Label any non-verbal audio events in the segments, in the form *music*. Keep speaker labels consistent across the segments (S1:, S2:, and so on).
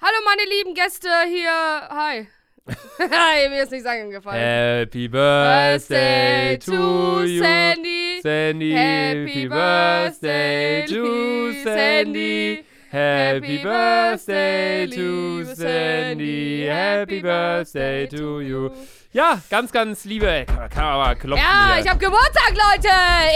S1: meine lieben Gäste hier. Hi. *laughs* Hi, mir ist nichts angefallen.
S2: Happy Birthday to you,
S1: Sandy.
S2: Sandy.
S1: Happy
S2: Happy Birthday to
S1: Sandy.
S2: Sandy. Happy Birthday to Sandy. Happy Birthday to you. Ja, ganz, ganz liebe. Ey, Kann kann man aber klopfen.
S1: Ja,
S2: hier.
S1: ich hab Geburtstag, Leute.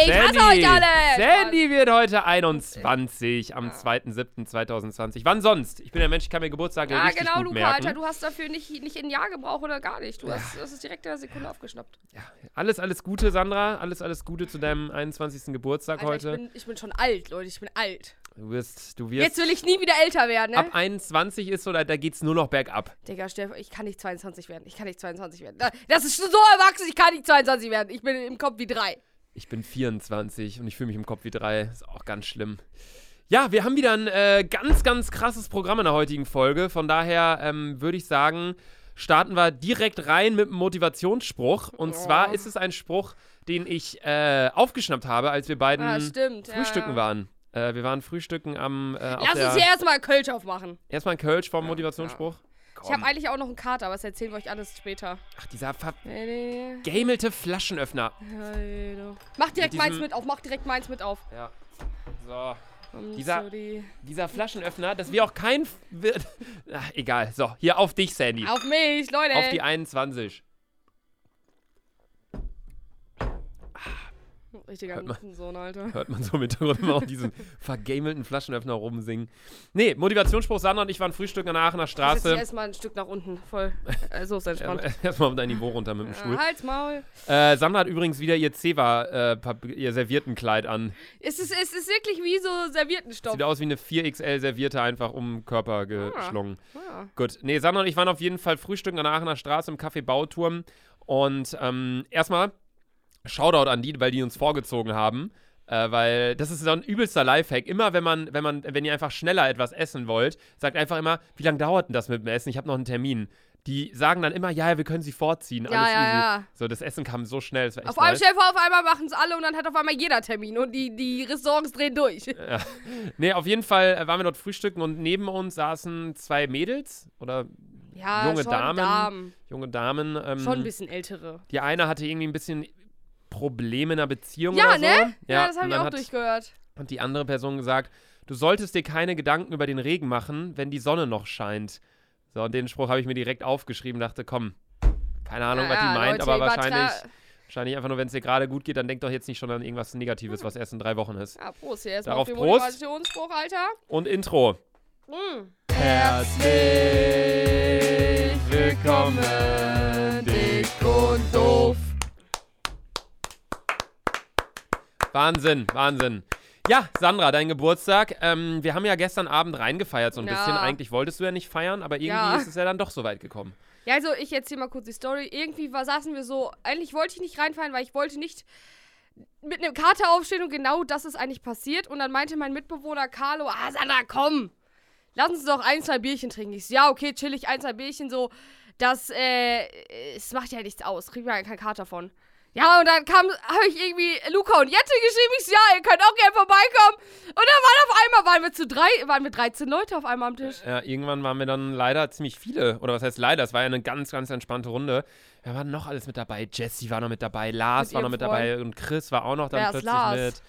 S1: Ich
S2: Sandy,
S1: hasse euch alle.
S2: Sandy wird heute 21 am 2.7.2020. Wann sonst? Ich bin der Mensch, ich kann mir Geburtstag
S1: Ja,
S2: richtig
S1: genau,
S2: gut
S1: Luca,
S2: merken.
S1: Alter, du hast dafür nicht, nicht in ein Jahr gebraucht oder gar nicht. Du hast, du hast es direkt in der Sekunde aufgeschnappt.
S2: Alles, alles Gute, Sandra. Alles, alles Gute zu deinem 21. Geburtstag
S1: Alter,
S2: heute.
S1: Ich, bin, ich bin schon alt, Leute, ich bin alt.
S2: Du wirst, du
S1: Jetzt
S2: wirst.
S1: will ich nie wieder älter werden, ne?
S2: Ab 21 ist so, da, da geht's nur noch bergab.
S1: Digga, Steff, ich kann nicht 22 werden. Ich kann nicht 22 werden. Da- Das ist schon so erwachsen, ich kann nicht 22 werden. Ich bin im Kopf wie drei.
S2: Ich bin 24 und ich fühle mich im Kopf wie drei. Ist auch ganz schlimm. Ja, wir haben wieder ein äh, ganz, ganz krasses Programm in der heutigen Folge. Von daher ähm, würde ich sagen, starten wir direkt rein mit einem Motivationsspruch. Und
S1: Ja.
S2: zwar ist es ein Spruch, den ich äh, aufgeschnappt habe, als wir beiden
S1: Ah, stimmt.
S2: Mhm. frühstücken
S1: ja, ja.
S2: waren. Äh, wir waren frühstücken am. Äh, auf
S1: Lass
S2: der,
S1: uns hier erstmal Kölsch aufmachen.
S2: Erstmal ein Kölsch vom Motivationsspruch.
S1: Ich habe eigentlich auch noch einen Kater, aber das erzählen wir euch alles später.
S2: Ach, dieser
S1: Nee, nee,
S2: vergamelte Flaschenöffner.
S1: nee. Hallo. Mach direkt
S2: diesem-
S1: meins mit auf, mach direkt meins mit auf.
S2: Ja. So.
S1: Und
S2: Dieser-
S1: so die-
S2: Dieser Flaschenöffner, dass wir auch kein. F- wir- *laughs* Ach, egal. So, hier auf dich, Sandy.
S1: Auf mich, Leute.
S2: Auf die 21.
S1: Richtiger
S2: Hört mal.
S1: Hurensohn, Alter.
S2: Hört man so im Hintergrund immer auf
S1: *laughs*
S2: diesen vergamelten Flaschenöffner rumsingen. Nee, Motivationsspruch, Sandra und ich waren frühstücken an der Aachener
S1: Ich setz dich
S2: Straße.
S1: erstmal ein Stück nach unten.
S2: *laughs*
S1: Voll. Äh, so ist entspannt.
S2: Ähm, Erstmal auf dein Niveau runter mit dem
S1: Ja,
S2: Stuhl.
S1: Halt's Maul.
S2: Äh, Sandra hat übrigens wieder ihr Zewa, äh, Pap- ihr Serviertenkleid an.
S1: Es ist, es ist wirklich wie so Serviertenstoff.
S2: Sieht aus wie eine 4XL Servierte einfach um den Körper geschlungen.
S1: Ah.
S2: Gut, nee, Sandra und ich waren auf jeden Fall frühstücken an der Aachener Straße im Café Bauturm. Und ähm, erstmal Shoutout an die, weil die uns vorgezogen haben. Äh, weil das ist so ein übelster Lifehack. Immer wenn man, wenn man, wenn ihr einfach schneller etwas essen wollt, sagt einfach immer, wie lange dauert denn das mit dem Essen? Ich habe noch einen Termin. Die sagen dann immer, ja, ja, wir können sie vorziehen.
S1: Ja,
S2: alles
S1: ja,
S2: easy.
S1: ja.
S2: So, das Essen kam so schnell. Das war echt
S1: Auf einmal,
S2: nice.
S1: stell dir vor, auf einmal machen es alle und dann hat auf einmal jeder Termin und die, die Restaurants drehen durch.
S2: Äh, Nee, auf jeden Fall äh, waren wir dort frühstücken und neben uns saßen zwei Mädels oder
S1: Ja,
S2: Junge
S1: schon
S2: Damen.
S1: Damen.
S2: junge Damen. Ähm,
S1: Schon ein bisschen ältere.
S2: Die eine hatte irgendwie ein bisschen Probleme in einer Beziehung
S1: Ja,
S2: oder so.
S1: ne? Ja, das habe
S2: und
S1: ich
S2: dann
S1: auch
S2: hat,
S1: durchgehört.
S2: Und die andere Person gesagt, du solltest dir keine Gedanken über den Regen machen, wenn die Sonne noch scheint. So, und den Spruch habe ich mir direkt aufgeschrieben, dachte, komm, keine Ahnung,
S1: Ja,
S2: was die
S1: ja,
S2: meint,
S1: Leute,
S2: aber
S1: übertra-
S2: wahrscheinlich, wahrscheinlich einfach nur, wenn es dir gerade gut geht, dann denk doch jetzt nicht schon an irgendwas Negatives,
S1: Hm.
S2: was erst in drei Wochen ist.
S1: Ja, Prost hier erstmal auf
S2: Darauf
S1: den
S2: Prost.
S1: Motivationsspruch, Alter.
S2: Und Intro.
S1: Mm.
S2: Herzlich willkommen, dick und doof. Wahnsinn, Wahnsinn. Ja, Sandra, dein Geburtstag. Ähm, wir haben ja gestern Abend reingefeiert so ein
S1: Ja.
S2: bisschen. Eigentlich wolltest du ja nicht feiern, aber irgendwie
S1: Ja.
S2: ist es ja dann doch so weit gekommen.
S1: Ja, also ich erzähle mal kurz die Story. Irgendwie war, saßen wir so, eigentlich wollte ich nicht reinfallen, weil ich wollte nicht mit einem Kater aufstehen und genau das ist eigentlich passiert. Und dann meinte mein Mitbewohner Carlo, ah Sandra, komm, lass uns doch ein, zwei Bierchen trinken. Ich so, ja, okay, chillig, ein, zwei Bierchen, so, das, äh, es macht ja nichts aus, kriegen wir ja keinen Kater von. Ja, und dann kam, habe ich irgendwie Luca und Jette geschrieben, ich so, ja, ihr könnt auch gerne vorbeikommen. Und dann waren auf einmal, waren wir zu drei, waren wir 13 Leute auf einmal am Tisch.
S2: Ja, Äh, irgendwann waren wir dann leider ziemlich viele. Oder was heißt leider? Es war ja eine ganz, ganz entspannte Runde. Wer war noch alles mit dabei? Jesse war noch mit dabei, Lars
S1: Mit
S2: war noch
S1: ihrem
S2: mit dabei und Chris war auch noch dann
S1: Wer ist
S2: plötzlich
S1: Lars?
S2: mit.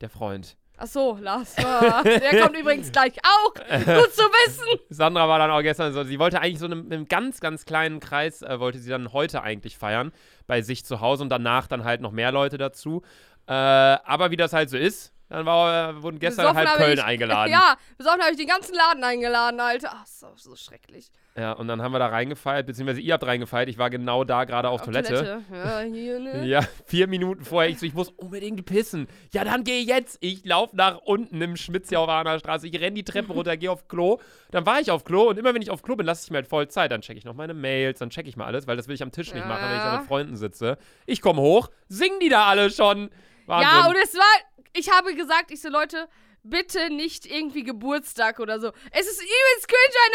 S2: Der Freund.
S1: Ach so, Lars. *laughs* ah, Der kommt übrigens gleich auch. Gut zu wissen.
S2: Sandra war dann auch gestern so, sie wollte eigentlich so in einem, in einem ganz, ganz kleinen Kreis, äh, wollte sie dann heute eigentlich feiern, bei sich zu Hause und danach dann halt noch mehr Leute dazu. Äh, aber wie das halt so ist, dann war, äh, wurden gestern
S1: Besoffen
S2: halt
S1: habe
S2: Köln
S1: ich- *laughs*
S2: eingeladen.
S1: Ja, besoffen habe ich den ganzen Laden eingeladen, Alter. Ach, so, so schrecklich.
S2: Ja, und dann haben wir da reingefeiert, beziehungsweise ihr habt reingefeiert, ich war genau da gerade auf, Toilette.
S1: Ja, hier, ne?
S2: Ja, vier Minuten vorher, ich so, ich muss unbedingt pissen. Ja, dann geh jetzt. Ich lauf nach unten im Schmitz hier auf der Aachener Straße. Ich renn die Treppe runter, geh auf Klo. Dann war ich auf Klo und immer wenn ich auf Klo bin, lasse ich mir halt voll Zeit. Dann checke ich noch meine Mails, dann checke ich mal alles, weil das will ich am Tisch nicht
S1: Ja.
S2: machen, wenn ich da mit Freunden sitze. Ich komme hoch, singen die da alle schon. Wahnsinn.
S1: Ja, und es war, ich habe gesagt, ich so, Leute, bitte nicht irgendwie Geburtstag oder so. Es ist übelst cringe, wenn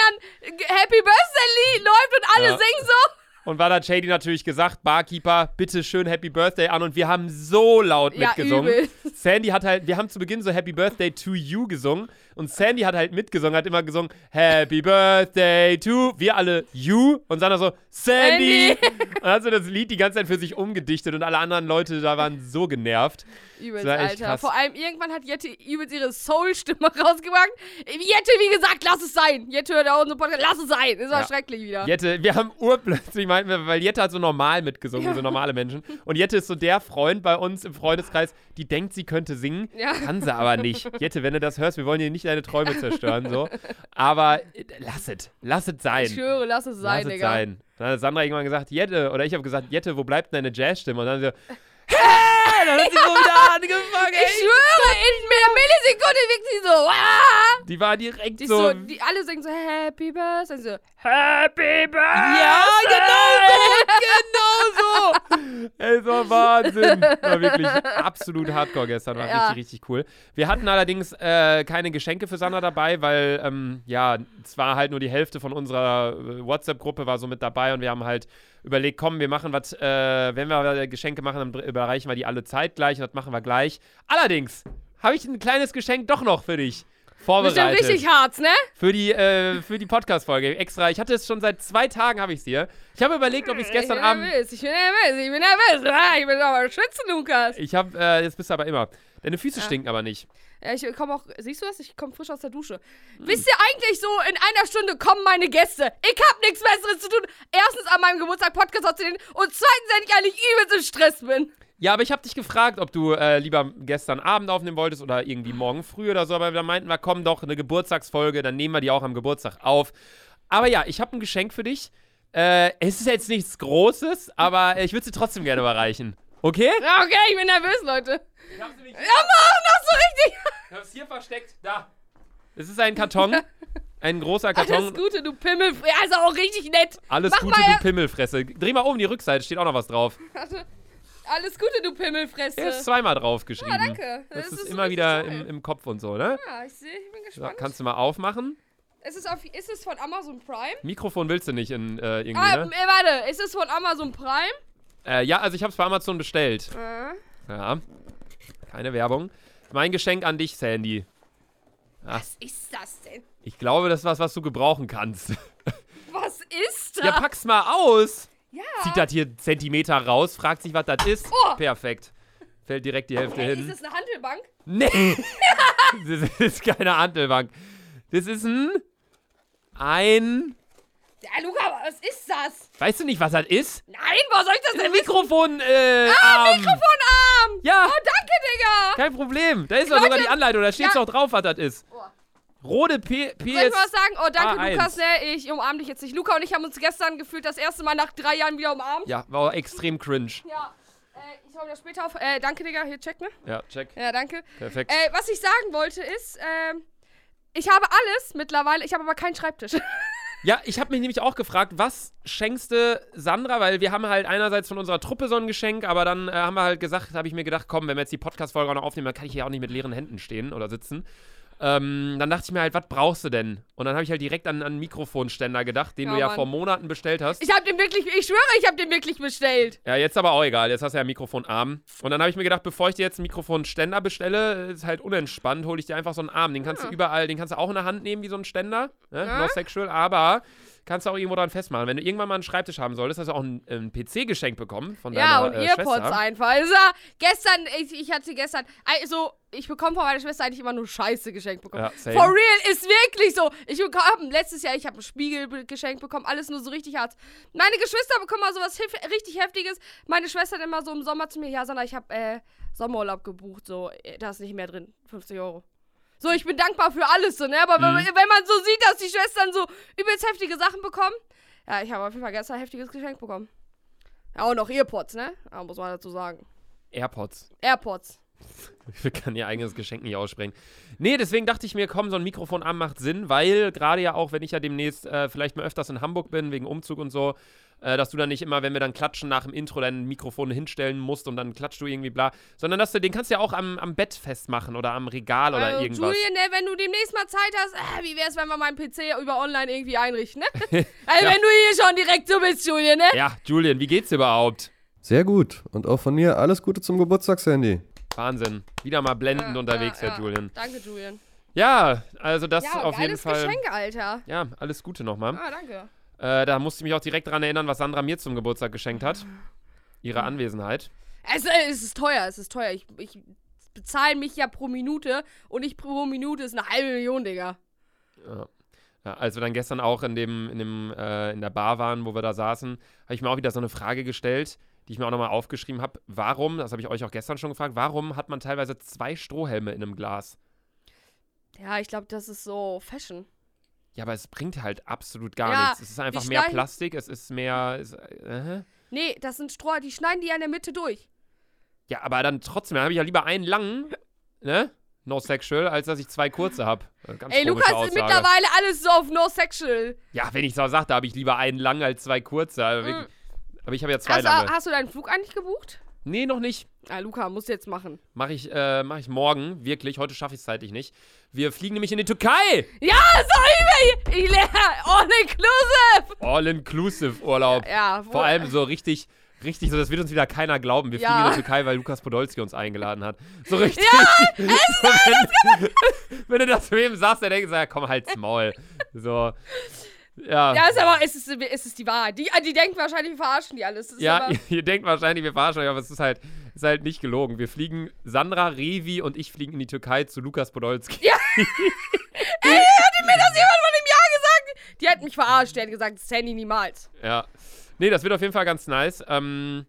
S1: dann Happy Birthday Lied läuft und alle
S2: Ja.
S1: singen so.
S2: Und war dann Shady natürlich gesagt, Barkeeper, bitte schön Happy Birthday an. Und wir haben so laut
S1: Ja,
S2: mitgesungen.
S1: übel. *laughs*
S2: Sandy hat halt, wir haben zu Beginn so Happy Birthday to you gesungen. Und Sandy hat halt mitgesungen, hat immer gesungen, Happy Birthday to, wir alle, you. Und Sandra so, Sandy.
S1: Sandy.
S2: Und hat so das Lied die ganze Zeit für sich umgedichtet und alle anderen Leute da waren so genervt.
S1: Übelst,
S2: Das war echt
S1: Alter.
S2: krass.
S1: Vor allem irgendwann hat Jette übelst ihre Soul-Stimme *laughs* rausgepackt. Jette, wie gesagt, lass es sein. Jette hört auch unseren Podcast, lass es sein. Es war
S2: Ja.
S1: schrecklich wieder.
S2: Jette, wir haben urplötzlich, meinten wir, weil Jette hat so normal mitgesungen, wie so normale Menschen. Und Jette ist so der Freund bei uns im Freundeskreis, die denkt, sie könnte singen,
S1: Ja.
S2: kann sie aber nicht. Jette, wenn du das hörst, wir wollen dir nicht deine Träume zerstören, so. Aber äh, lass es, lass es sein.
S1: ich schwöre, lass es sein,
S2: lass es
S1: Digga.
S2: sein. Dann hat Sandra irgendwann gesagt, Jette, oder ich habe gesagt, Jette, wo bleibt denn deine Jazzstimme? Und dann
S1: *laughs*
S2: hat sie, so, hey! Dann hat sie so wieder angefangen.
S1: Ich
S2: ey.
S1: schwöre, in einer Millisekunde wirkt sie so. Ah!
S2: Die war direkt
S1: Die, ist
S2: so,
S1: so, die alle singen so Happy Birthday. So,
S2: Happy Birthday! Ja, genau so, genau so. Ey, so ein Wahnsinn. War wirklich absolut Hardcore gestern, war
S1: Ja.
S2: richtig, richtig cool. Wir hatten allerdings äh, keine Geschenke für Sandra dabei, weil, ähm, ja, es war halt nur die Hälfte von unserer äh, WhatsApp-Gruppe war so mit dabei und wir haben halt überlegt, komm, wir machen was, äh, wenn wir Geschenke machen, dann überreichen wir die alle zeitgleich und das machen wir gleich. Allerdings habe ich ein kleines Geschenk doch noch für dich
S1: bestimmt
S2: vorbereitet.
S1: richtig Harz, ne?
S2: Für die, äh, für die Podcast-Folge extra. Ich hatte es schon seit zwei Tagen, habe ich es hier. Ich habe überlegt, ob ich es gestern
S1: ich bin
S2: Abend.
S1: nervös, ich bin nervös, ich bin nervös. Ah, ich bin aber schwitzen, Lukas.
S2: Ich habe, äh, jetzt bist du aber immer. Deine Füße stinken aber nicht.
S1: Ja, ich komme auch, siehst du das? Ich komme frisch aus der Dusche. Wisst ihr eigentlich so, in einer Stunde kommen meine Gäste. Ich hab nichts Besseres zu tun. Erstens an meinem Geburtstag Podcast aufzunehmen und zweitens, wenn ich eigentlich übelst im Stress bin.
S2: Ja, aber ich habe dich gefragt, ob du äh, lieber gestern Abend aufnehmen wolltest oder irgendwie morgen früh oder so. Aber da meinten wir, komm doch, eine Geburtstagsfolge, dann nehmen wir die auch am Geburtstag auf. Aber ja, ich habe ein Geschenk für dich. Äh, es ist jetzt nichts Großes, aber ich würde sie trotzdem gerne überreichen. Okay?
S1: Ja, okay, ich bin nervös, Leute.
S2: Ich habe sie
S1: Ja, Mann, das ist so richtig.
S2: hier versteckt. Da. Es ist ein Karton. Ein großer Karton.
S1: Alles Gute, du Pimmel. Ja, ist auch richtig nett.
S2: Alles
S1: Mach
S2: Gute,
S1: mal-
S2: du Pimmelfresse. Dreh mal um die Rückseite, steht auch noch was drauf.
S1: Warte. Alles Gute, du Pimmelfresse.
S2: Er ist zweimal drauf geschrieben.
S1: Ah, danke.
S2: Das, ist,
S1: so
S2: immer
S1: richtig
S2: wieder
S1: toll.
S2: im, im Kopf und so, ne?
S1: Ja, ich sehe, ich bin
S2: So,
S1: gespannt.
S2: kannst du mal aufmachen?
S1: ist, es auf, ist es von Amazon Prime?
S2: Mikrofon willst du nicht in äh, irgendwie,
S1: Ah,
S2: ne?
S1: äh, warte, ist es von Amazon Prime?
S2: Äh, ja, also ich hab's bei Amazon bestellt.
S1: Äh.
S2: Ja. Keine Werbung. Mein Geschenk an dich, Sandy.
S1: Was ist das denn?
S2: Ich glaube, das ist was, was du
S1: *laughs*
S2: gebrauchen kannst.
S1: Was ist das?
S2: Ja, pack's mal aus!
S1: Ja.
S2: Zieht das hier Zentimeter raus, fragt sich, was das ist.
S1: Oh.
S2: Perfekt. Fällt direkt die Hälfte
S1: Ey,
S2: hin.
S1: ist das eine Handelbank?
S2: Nee. *laughs* das ist keine Handelbank. Das ist ein. Ein.
S1: Ja, Luca, aber was ist das?
S2: Weißt du nicht, was das ist?
S1: Nein, was soll ich das
S2: Ein
S1: denn?
S2: Mikrofon. Äh, ah,
S1: Mikrofonarm!
S2: Ja,
S1: Oh, danke, Digga!
S2: kein Problem. Da ist doch sogar die Anleitung. Da steht
S1: Ja.
S2: auch drauf, was das ist.
S1: Oh.
S2: Rode P. P
S1: Soll ich mal was sagen? Oh, danke,
S2: A1.
S1: Lukas. Ne? Ich umarme dich jetzt nicht. Luca und ich haben uns gestern gefühlt das erste Mal nach drei Jahren wieder umarmt.
S2: ja, war extrem cringe.
S1: Ja. Äh, ich hau mir das später auf. Äh, danke, Digga. Hier, check, ne?
S2: Ja, check.
S1: Ja, danke.
S2: Perfekt.
S1: Äh, was ich sagen wollte ist, ähm, ich habe alles mittlerweile, ich habe aber keinen Schreibtisch. *laughs*
S2: Ja, ich habe mich nämlich auch gefragt, was schenkst du Sandra? Weil wir haben halt einerseits von unserer Truppe so ein Geschenk, aber dann äh, haben wir halt gesagt, habe ich mir gedacht, komm, wenn wir jetzt die Podcast-Folge auch noch aufnehmen, dann kann ich hier auch nicht mit leeren Händen stehen oder sitzen. Ähm, dann dachte ich mir halt, was brauchst du denn? Und dann habe ich halt direkt an, an einen Mikrofonständer gedacht, den
S1: Ja,
S2: du ja
S1: Mann.
S2: vor Monaten bestellt hast.
S1: Ich habe den wirklich, ich schwöre, ich habe den wirklich bestellt.
S2: ja, jetzt aber auch egal, jetzt hast du ja einen Mikrofonarm. Und dann habe ich mir gedacht, bevor ich dir jetzt einen Mikrofonständer bestelle, ist halt unentspannt, hole ich dir einfach so einen Arm. Den kannst
S1: Ja.
S2: du überall, den kannst du auch in der Hand nehmen wie so einen Ständer. Ne?
S1: Ah. Ja.
S2: No sexual, aber kannst du auch irgendwo dran festmachen. Wenn du irgendwann mal einen Schreibtisch haben solltest, hast du auch einen, einen PC geschenkt bekommen von
S1: Ja,
S2: deiner
S1: und
S2: äh,
S1: Earpods
S2: Schwester.
S1: einfach. Also, gestern, ich, ich hatte gestern, also, ich bekomme von meiner Schwester eigentlich immer nur Scheiße geschenkt bekommen.
S2: Ja, same.
S1: For real, ist wirklich so. Ich bekam letztes Jahr, ich habe einen Spiegel be- geschenkt bekommen, alles nur so richtig hart. Meine Geschwister bekommen mal sowas hef richtig Heftiges. Meine Schwester hat immer so im Sommer zu mir, ja, Sandra, ich habe äh, Sommerurlaub gebucht, so, äh, da ist nicht mehr drin, 50 Euro. So, ich bin dankbar für alles, so, ne? Aber wenn,
S2: Mhm.
S1: man- wenn man so sieht, dass die Schwestern so übelst heftige Sachen bekommen. Ja, ich habe auf jeden Fall gestern ein heftiges Geschenk bekommen. Ja, und auch Earpods, ne? Aber muss man dazu sagen.
S2: Airpods.
S1: AirPods.
S2: *laughs* Wir können ihr eigenes Geschenk nicht aussprechen. Nee, deswegen dachte ich mir, komm, so ein Mikrofonarm macht Sinn, weil gerade ja auch, wenn ich ja demnächst äh, vielleicht mal öfters in Hamburg bin, wegen Umzug und so, äh, dass du dann nicht immer, wenn wir dann klatschen nach dem Intro, dein Mikrofon hinstellen musst und dann klatscht du irgendwie bla, sondern dass du den kannst du ja auch am, am Bett festmachen oder am Regal oder
S1: also,
S2: irgendwas.
S1: Julian, ne, wenn du demnächst mal Zeit hast, äh, wie wär's, wenn wir meinen PC über online irgendwie einrichten,
S2: *laughs*
S1: ne? also, wenn du hier schon direkt so bist, Julian, ne?
S2: Ja, Julian, wie geht's dir überhaupt?
S3: Sehr gut. Und auch von mir alles Gute zum Geburtstag, Sandy.
S2: Wahnsinn. Wieder mal blendend
S1: Ja,
S2: unterwegs,
S1: Äh, ja,
S2: Herr
S1: ja.
S2: Julian.
S1: Danke, Julian.
S2: Ja, also das
S1: ja,
S2: auf jeden
S1: geiles
S2: Fall.
S1: Geschenk, Alter.
S2: Ja, alles Gute nochmal.
S1: Ah, danke.
S2: Äh, da musste ich mich auch direkt dran erinnern, was Sandra mir zum Geburtstag geschenkt hat.
S1: Ah.
S2: Ihre Anwesenheit.
S1: Es, äh, es ist teuer, es ist teuer. Ich, ich bezahle mich ja pro Minute und ich pro Minute ist eine halbe Million, Digga.
S2: Ja, als wir dann gestern auch in, dem, in, dem, äh, in der Bar waren, wo wir da saßen, habe ich mir auch wieder so eine Frage gestellt, die ich mir auch nochmal aufgeschrieben habe. Warum, das habe ich euch auch gestern schon gefragt, warum hat man teilweise zwei Strohhelme in einem Glas?
S1: Ja, ich glaube, das ist so Fashion.
S2: Ja, aber es bringt halt absolut gar
S1: Ja,
S2: nichts. Es ist einfach
S1: die
S2: mehr
S1: schneiden-
S2: Plastik, es ist mehr. Es, äh, äh.
S1: Nee, das sind Stroh, die schneiden die ja in der Mitte durch.
S2: ja, aber dann trotzdem, dann habe ich ja lieber einen langen, ne? No sexual, als dass ich zwei kurze habe. Ganz
S1: Ey,
S2: komische
S1: Lukas,
S2: Aussage.
S1: mittlerweile alles so auf No Sexual.
S2: Ja, wenn ich es auch sage, da habe ich lieber einen langen als zwei kurze. Aber,
S1: Mm. Also,
S2: wirklich- aber ich habe ja zwei
S1: Hast, du-
S2: lange.
S1: hast du deinen Flug eigentlich gebucht?
S2: Nee, noch nicht.
S1: Ah, Luca, musst du jetzt machen.
S2: Mache ich, äh, mach ich morgen, wirklich. Heute schaffe ich es zeitlich nicht. Wir fliegen nämlich in die Türkei.
S1: Ja, so ich, ich lerne all inclusive.
S2: All-inclusive-Urlaub.
S1: Ja, wo-
S2: Vor allem so richtig, richtig, so das wird uns wieder keiner glauben. Wir
S1: Ja.
S2: fliegen in die Türkei, weil Lukas Podolski uns eingeladen hat. So richtig. Ja, *laughs* so, wenn, wenn du das zu ihm sagst, dann denkst du, ja, komm, halt's Maul. So. Ja.
S1: Ja, ist aber, es ist, es ist die Wahrheit. Die, die denken wahrscheinlich, wir verarschen die alles. Es Ist
S2: Ja,
S1: aber,
S2: *laughs* ihr, ihr denkt wahrscheinlich, wir verarschen euch, aber es ist halt, ist halt nicht gelogen. Wir fliegen, Sandra, Revi und ich fliegen in die Türkei zu Lukas Podolski.
S1: mir das jemand von dem Jahr gesagt? Die hat mich verarscht, die hat gesagt, Sandy niemals.
S2: *laughs* Ja. Nee, das wird auf jeden Fall ganz nice. Ähm,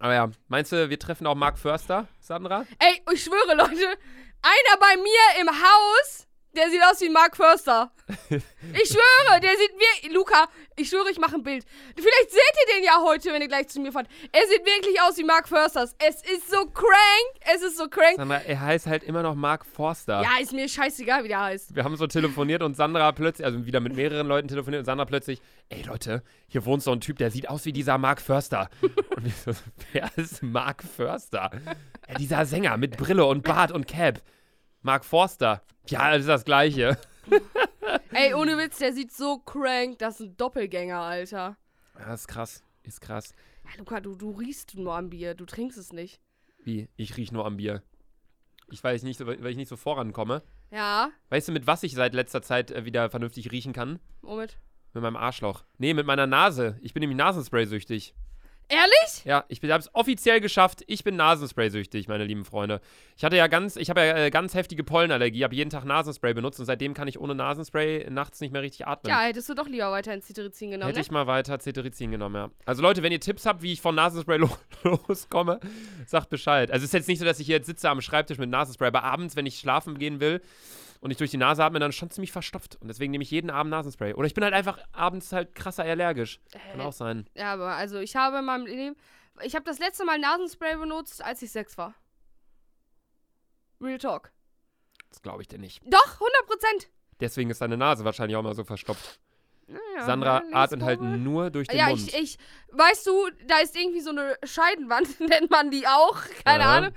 S2: aber ja, meinst du, wir treffen auch Mark Förster, Sandra?
S1: Ey, ich schwöre, Leute, einer bei mir im Haus, der sieht aus wie Mark Förster. Ich schwöre, der sieht wirklich. Luca, ich schwöre, ich mache ein Bild. Vielleicht seht ihr den ja heute, wenn ihr gleich zu mir fahrt. Er sieht wirklich aus wie Mark Försters. Es ist so crank, es ist so crank.
S2: Sandra, er heißt halt immer noch Mark Forster.
S1: Ja, ist mir scheißegal, wie der heißt.
S2: Wir haben so telefoniert und Sandra plötzlich, also wieder mit mehreren Leuten telefoniert und Sandra plötzlich, ey Leute, hier wohnt so ein Typ, der sieht aus wie dieser Mark *laughs* Förster. und ich so, wer ist Mark Förster? Ja, dieser Sänger mit Brille und Bart und Cap. Mark Forster. Ja, das ist das Gleiche.
S1: Ey, ohne Witz, der sieht so crank. Das ist ein Doppelgänger, Alter.
S2: Ja, ist krass. Ist krass.
S1: Ja, Luca, du, du riechst nur am Bier, du trinkst es nicht.
S2: Wie? Ich riech nur am Bier. Ich weiß nicht, so- weil ich nicht so vorankomme.
S1: Ja,
S2: Weißt du, mit was ich seit letzter Zeit äh, wieder vernünftig riechen kann?
S1: womit?
S2: Mit meinem Arschloch. Nee, mit meiner Nase. Ich bin nämlich Nasenspray-süchtig.
S1: Ehrlich?
S2: Ja, ich habe es offiziell geschafft. Ich bin Nasenspray-süchtig, meine lieben Freunde. Ich hatte ja ganz, ich habe ja äh, ganz heftige Pollenallergie, habe jeden Tag Nasenspray benutzt und seitdem kann ich ohne Nasenspray nachts nicht mehr richtig atmen.
S1: Ja, hättest du doch lieber weiter ins Cetirizin genommen,
S2: Hätte
S1: ne?
S2: ich mal weiter Cetirizin genommen, ja. Also Leute, wenn ihr Tipps habt, wie ich von Nasenspray *laughs* lo loskomme, sagt Bescheid. Also es ist jetzt nicht so, dass ich hier jetzt sitze am Schreibtisch mit Nasenspray, aber abends, wenn ich schlafen gehen will und ich durch die Nase atme, dann ist schon ziemlich verstopft. Und deswegen nehme ich jeden Abend Nasenspray. Oder ich bin halt einfach abends halt krasser allergisch. Kann
S1: Äh.
S2: auch sein.
S1: Ja, aber also ich habe in meinem Leben. Ich habe das letzte Mal Nasenspray benutzt, als ich sechs war. Real Talk.
S2: Das glaube ich dir nicht.
S1: Doch, 100 Prozent.
S2: Deswegen ist deine Nase wahrscheinlich auch mal so verstopft.
S1: Oh
S2: Sandra atmet halt nur durch den
S1: Ja,
S2: Mund.
S1: ich, ich, weißt du, da ist irgendwie so eine Scheidenwand, *laughs* nennt man die auch, keine
S2: Ja.
S1: Ahnung.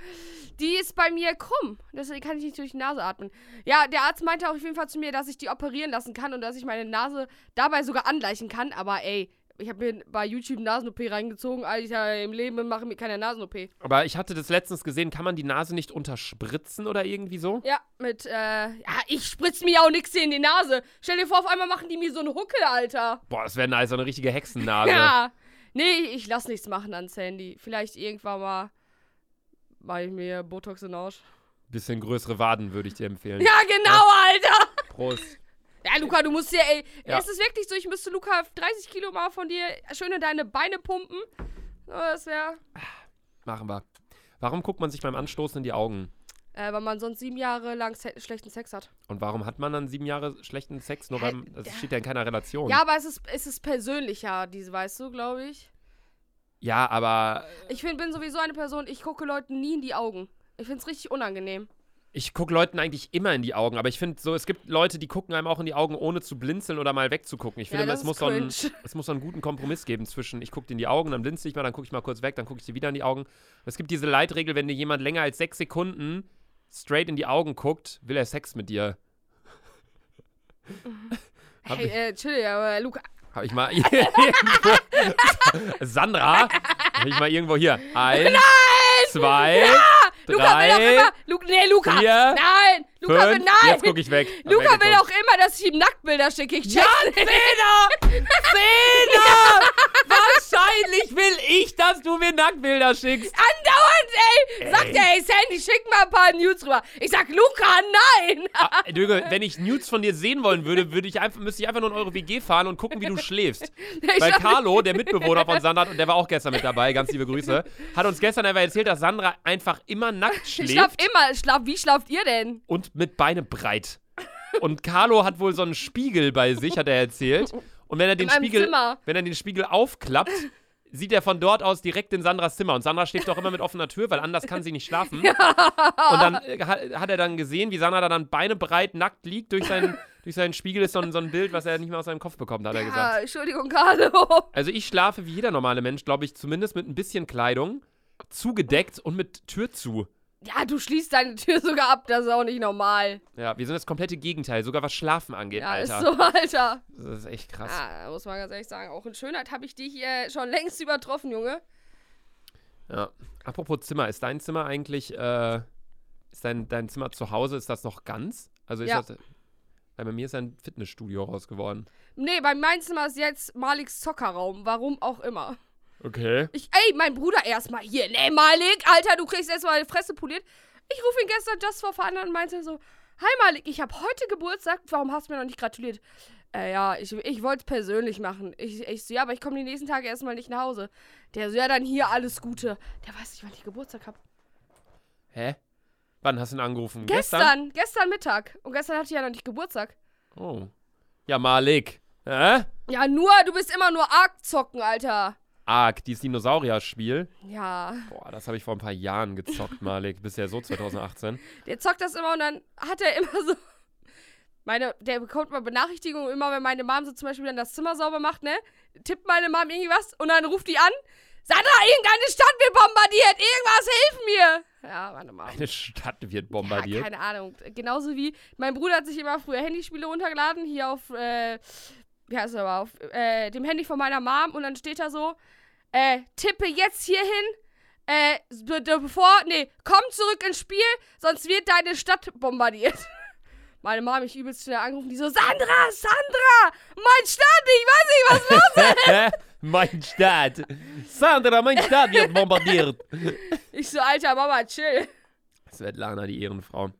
S1: Die ist bei mir krumm, deswegen kann ich nicht durch die Nase atmen. Ja, der Arzt meinte auf jeden Fall zu mir, dass ich die operieren lassen kann und dass ich meine Nase dabei sogar angleichen kann, aber ey, ich habe mir bei YouTube Nasen-OP reingezogen, Alter, im Leben mache ich mir keine Nasen-OP.
S2: Aber ich hatte das letztens gesehen, kann man die Nase nicht unterspritzen oder irgendwie so?
S1: Ja, mit, äh, ja, ich spritz mir ja auch nix hier in die Nase. Stell dir vor, auf einmal machen die mir so eine Hucke, Alter.
S2: Boah, das wäre nice, so eine richtige Hexennase.
S1: Ja. Nee, ich lass nichts machen ans Handy. Vielleicht irgendwann mal mach ich mir Botox in den Arsch.
S2: Bisschen größere Waden würde ich dir empfehlen.
S1: Ja, genau, Alter.
S2: Prost.
S1: Ja, Luca, du musst ja, ey,
S2: Ja.
S1: es ist wirklich so, ich müsste Luca 30 Kilo mal von dir schön in deine Beine pumpen. So, Das wäre,
S2: Machen wir. Warum guckt man sich beim Anstoßen in die Augen?
S1: äh, weil man sonst sieben Jahre lang se schlechten Sex hat.
S2: Und warum hat man dann sieben Jahre schlechten Sex? Nur
S1: Hä?
S2: beim, das steht ja in keiner Relation.
S1: Ja, aber es ist, es ist persönlicher, diese, weißt du, glaube ich.
S2: Ja, aber
S1: Ich find, bin sowieso eine Person, ich gucke Leuten nie in die Augen. Ich find's richtig unangenehm.
S2: ich gucke Leuten eigentlich immer in die Augen. Aber ich finde so, es gibt Leute, die gucken einem auch in die Augen, ohne zu blinzeln oder mal wegzugucken. Ich
S1: Ja,
S2: finde,
S1: das
S2: es,
S1: ist
S2: muss so einen,
S1: cringe. *laughs*
S2: es muss so einen guten Kompromiss geben zwischen, ich gucke dir in die Augen, dann blinzel ich mal, dann gucke ich mal kurz weg, dann gucke ich dir wieder in die Augen. Es gibt diese Leitregel, wenn dir jemand länger als sechs Sekunden straight in die Augen guckt, will er Sex mit dir. Hab
S1: Hey,
S2: ich-
S1: äh, chill, aber Luca.
S2: Habe ich mal *laughs* irgendwo. Sandra? Habe ich mal irgendwo hier. Eins, zwei,
S1: Luca will doch
S2: drei,
S1: immer. Lu nee, Luca!
S2: vier,
S1: Nein! Luca will,
S2: fünf.
S1: nein!
S2: Jetzt gucke ich weg. Hab
S1: Luca will
S2: weggeguckt.
S1: auch immer, dass ich ihm Nacktbilder schicke. Ich
S2: Ja,
S1: check's nicht.
S2: Zehner!
S1: *laughs*
S2: Zehner! Wahrscheinlich will ich, dass du mir Nacktbilder schickst.
S1: Andauernd, ey! Sagt er, ey, Sandy, schick mal ein paar News rüber. Ich sag, Luca, nein! *laughs*
S2: Ah, Döge, wenn ich Nudes von dir sehen wollen würde, würde ich einfach, müsste ich einfach nur in eure WG fahren und gucken, wie du schläfst.
S1: Ich
S2: Weil
S1: hab-
S2: Carlo, der Mitbewohner von Sandra, und der war auch gestern mit dabei, ganz liebe Grüße, hat uns gestern einfach erzählt, dass Sandra einfach immer nackt
S1: ich schlaf
S2: schläft
S1: immer. Schlaf, wie schlaft ihr denn?
S2: und mit Beine breit. Und Carlo hat wohl so einen Spiegel bei sich, hat er erzählt. Und wenn er den
S1: meinem
S2: Spiegel,
S1: Zimmer.
S2: wenn er den Spiegel aufklappt, sieht er von dort aus direkt in Sandras Zimmer. Und Sandra schläft auch immer mit offener Tür, weil anders kann sie nicht schlafen. Und dann äh, ha- hat er dann gesehen, wie Sandra da dann Beine breit nackt liegt durch seinen, durch seinen Spiegel. Ist so ein, so ein Bild, was er nicht mehr aus seinem Kopf bekommt, hat er gesagt.
S1: Ah, Entschuldigung, Carlo. *laughs*
S2: Also ich schlafe wie jeder normale Mensch, glaube ich, zumindest mit ein bisschen Kleidung, zugedeckt und mit Tür zu.
S1: Ja, du schließt deine Tür sogar ab. Das ist auch nicht normal.
S2: Ja, wir sind das komplette Gegenteil, sogar was Schlafen angeht,
S1: Ja,
S2: Alter.
S1: ist so, Alter.
S2: Das ist echt krass.
S1: Ja, Ah, muss man ganz ehrlich sagen. Auch in Schönheit habe ich dich äh, schon längst übertroffen, Junge.
S2: Ja. Apropos Zimmer, ist dein Zimmer eigentlich, äh, ist dein, dein Zimmer zu Hause, ist das noch ganz? Also ist
S1: Ja.
S2: das, weil bei mir ist ein Fitnessstudio raus geworden.
S1: Nee, bei meinem Zimmer ist jetzt Maliks Zockerraum. Warum auch immer.
S2: Okay.
S1: Ich, ey, mein Bruder erstmal hier. Nee, Malik, Alter, du kriegst erstmal die Fresse poliert. Ich rufe ihn gestern just vor Fun an und meinte so: Hi Malik, ich habe heute Geburtstag. Warum hast du mir noch nicht gratuliert? Äh, ja, ich, ich wollte es persönlich machen. Ich, ich so, ja, aber ich komme die nächsten Tage erstmal nicht nach Hause. Der so, ja, dann hier alles Gute. Der weiß nicht, wann ich Geburtstag habe.
S2: Hä? Wann hast du ihn angerufen?
S1: Gestern, gestern Mittag. Und gestern hatte ich ja noch nicht Geburtstag.
S2: Oh. Ja, Malik. Hä?
S1: Ja, nur, du bist immer nur arg zocken, Alter.
S2: Arg, dieses Dinosaurier-Spiel.
S1: Ja.
S2: Boah, das habe ich vor ein paar Jahren gezockt, Malik. Bisher so 2018.
S1: Der zockt das immer und dann hat er immer *laughs* so. Meine, der bekommt mal Benachrichtigungen immer, wenn meine Mom so zum Beispiel dann das Zimmer sauber macht, ne? Tippt meine Mom irgendwas und dann ruft die an. Sandra, irgendeine Stadt wird bombardiert. Irgendwas, hilf mir. Ja, meine Mom.
S2: Eine Stadt wird
S1: Ja,
S2: bombardiert.
S1: keine Ahnung. Genauso wie mein Bruder hat sich immer früher Handyspiele runtergeladen, hier auf, äh, wie heißt das aber, auf äh, dem Handy von meiner Mom und dann steht da so, äh, tippe jetzt hierhin, äh, be de- bevor, nee, komm zurück ins Spiel, sonst wird deine Stadt bombardiert. *laughs* Meine Mom hat mich übelst schnell angerufen, die so, Sandra, Sandra, mein Stadt, ich weiß nicht, was los
S2: Hä? *laughs* mein Stadt. Sandra, mein Stadt wird bombardiert.
S1: Ich so, alter Mama, chill.
S2: Svetlana, die Ehrenfrau.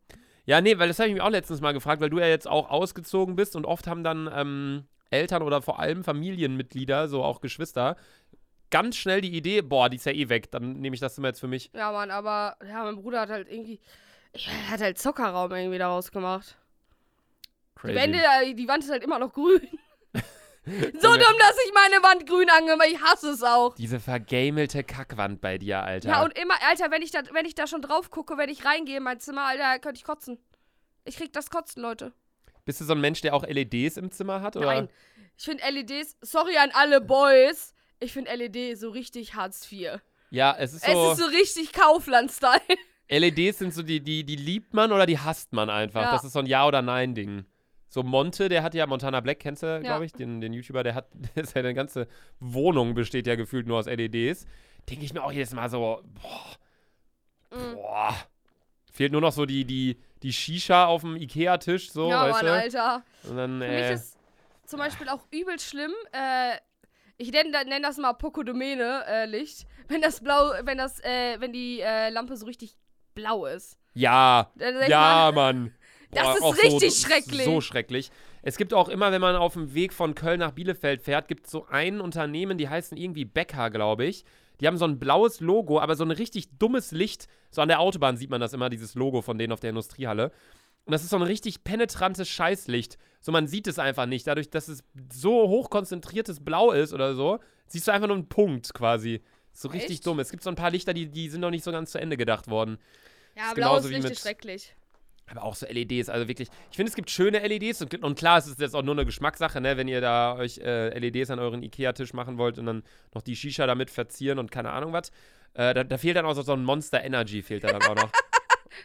S2: Ja, nee, weil das habe ich mich auch letztens mal gefragt, weil du ja jetzt auch ausgezogen bist und oft haben dann ähm, Eltern oder vor allem Familienmitglieder, so auch Geschwister, ganz schnell die Idee, boah, die ist ja eh weg, dann nehme ich das Zimmer jetzt für mich.
S1: Ja, Mann, aber, ja, mein Bruder hat halt irgendwie, er hat halt Zockerraum irgendwie daraus gemacht. Die Wände, äh, die Wand ist halt immer noch
S2: *laughs*
S1: grün. so
S2: Junge.
S1: dumm, dass ich meine Wand grün angemacht Ich hasse es auch.
S2: Diese vergamelte Kackwand bei dir, Alter.
S1: Ja, und immer, Alter, wenn ich, da, wenn ich da schon drauf gucke, wenn ich reingehe in mein Zimmer, Alter, könnte ich kotzen. Ich krieg das Kotzen, Leute.
S2: Bist du so ein Mensch, der auch LEDs im Zimmer hat? Oder?
S1: Nein. Ich finde LEDs, sorry an alle Boys, ich finde LED so richtig Hartz IV.
S2: Ja, es ist
S1: Es
S2: so.
S1: ist so richtig Kaufland-Style.
S2: LEDs E sind so die, die, die liebt man oder die hasst man einfach.
S1: Ja.
S2: Das ist so ein Ja- oder Nein-Ding. So Monte, der hat ja, Montana Black kennst du, glaube ich, den, den YouTuber, der hat, *laughs* seine ganze Wohnung besteht ja gefühlt nur aus LEDs. Denke ich mir auch jedes Mal so, boah,
S1: Mm.
S2: boah. Fehlt nur noch so die, die, die Shisha auf dem Ikea-Tisch, so,
S1: ja,
S2: weißt
S1: Mann,
S2: du?
S1: Alter.
S2: Und dann,
S1: Für
S2: äh,
S1: mich ist zum Beispiel auch übel schlimm, äh, ich nenne nenn das mal Pokodomene-Licht, wenn das blau, wenn das, äh, wenn die äh, Lampe so richtig blau ist.
S2: ja,
S1: Dann denk ich
S2: ja,
S1: mal,
S2: Mann.
S1: Das ist
S2: auch
S1: richtig
S2: so,
S1: schrecklich.
S2: So schrecklich. Es gibt auch immer, wenn man auf dem Weg von Köln nach Bielefeld fährt, gibt es so ein Unternehmen, die heißen irgendwie Becker, glaube ich. Die haben so ein blaues Logo, aber so ein richtig dummes Licht. So an der Autobahn sieht man das immer, dieses Logo von denen auf der Industriehalle. Und das ist so ein richtig penetrantes Scheißlicht. So, man sieht es einfach nicht. Dadurch, dass es so hochkonzentriertes Blau ist oder so, siehst du einfach nur einen Punkt quasi. So richtig
S1: Echt?
S2: dumm. Es gibt so ein paar Lichter, die, die sind noch nicht so ganz zu Ende gedacht worden.
S1: ja, blaues
S2: ist genauso wie
S1: Licht
S2: mit-
S1: ist schrecklich.
S2: Aber auch so LEDs, also wirklich. Ich finde, es gibt schöne LEDs und, und klar, es ist jetzt auch nur eine Geschmackssache, ne? Wenn ihr da euch äh, LEDs an euren Ikea-Tisch machen wollt und dann noch die Shisha damit verzieren und keine Ahnung was. Äh, da, da fehlt dann auch so so ein Monster Energy, fehlt da dann auch noch.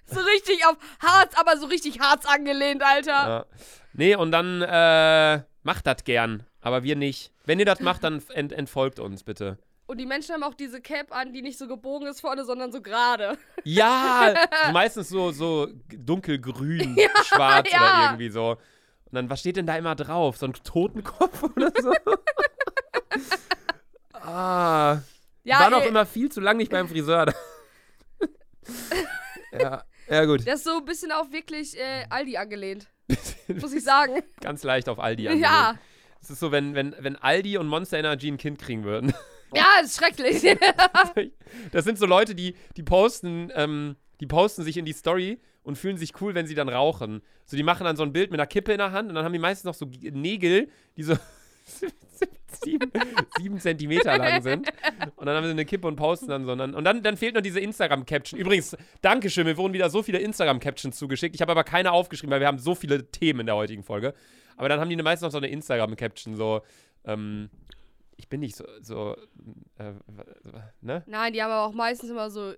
S1: So richtig auf Harz, aber so richtig Harz angelehnt, Alter.
S2: ja. Nee, und dann äh, macht das gern, aber wir nicht. Wenn ihr das macht, dann ent entfolgt uns bitte.
S1: Und die Menschen haben auch diese Cap an, die nicht so gebogen ist vorne, sondern so gerade.
S2: Ja,
S1: *laughs*
S2: so meistens so, so dunkelgrün, schwarz
S1: ja.
S2: oder irgendwie so. Und dann, was steht denn da immer drauf? So ein Totenkopf *laughs* oder
S1: *laughs*
S2: so? ah.
S1: Ja, äh,
S2: War noch
S1: ey,
S2: immer viel zu lang nicht
S1: *laughs*
S2: beim Friseur. ja, ja, gut.
S1: das ist so ein bisschen auf wirklich äh, Aldi
S2: *laughs*
S1: angelehnt, muss ich sagen.
S2: Ganz leicht auf Aldi angelegt.
S1: ja.
S2: Es ist so, wenn, wenn, wenn Aldi und Monster Energy ein Kind kriegen würden.
S1: Ja, ist schrecklich.
S2: Das sind so Leute, die, die posten, ähm, die posten sich in die Story und fühlen sich cool, wenn sie dann rauchen. So, die machen dann so ein Bild mit einer Kippe in der Hand und dann haben die meistens noch so G- Nägel, die so *laughs* sieben, sieben Zentimeter lang sind. Und dann haben sie eine Kippe und posten dann so. Und dann, und dann, dann fehlt noch diese Instagram-Caption. Übrigens, Dankeschön, mir wurden wieder so viele Instagram-Captions zugeschickt. Ich habe aber keine aufgeschrieben, weil wir haben so viele Themen in der heutigen Folge. Aber dann haben die meistens noch so eine Instagram-Caption, so, ähm, ich bin nicht so, so äh, ne?
S1: Nein, die haben aber auch meistens immer so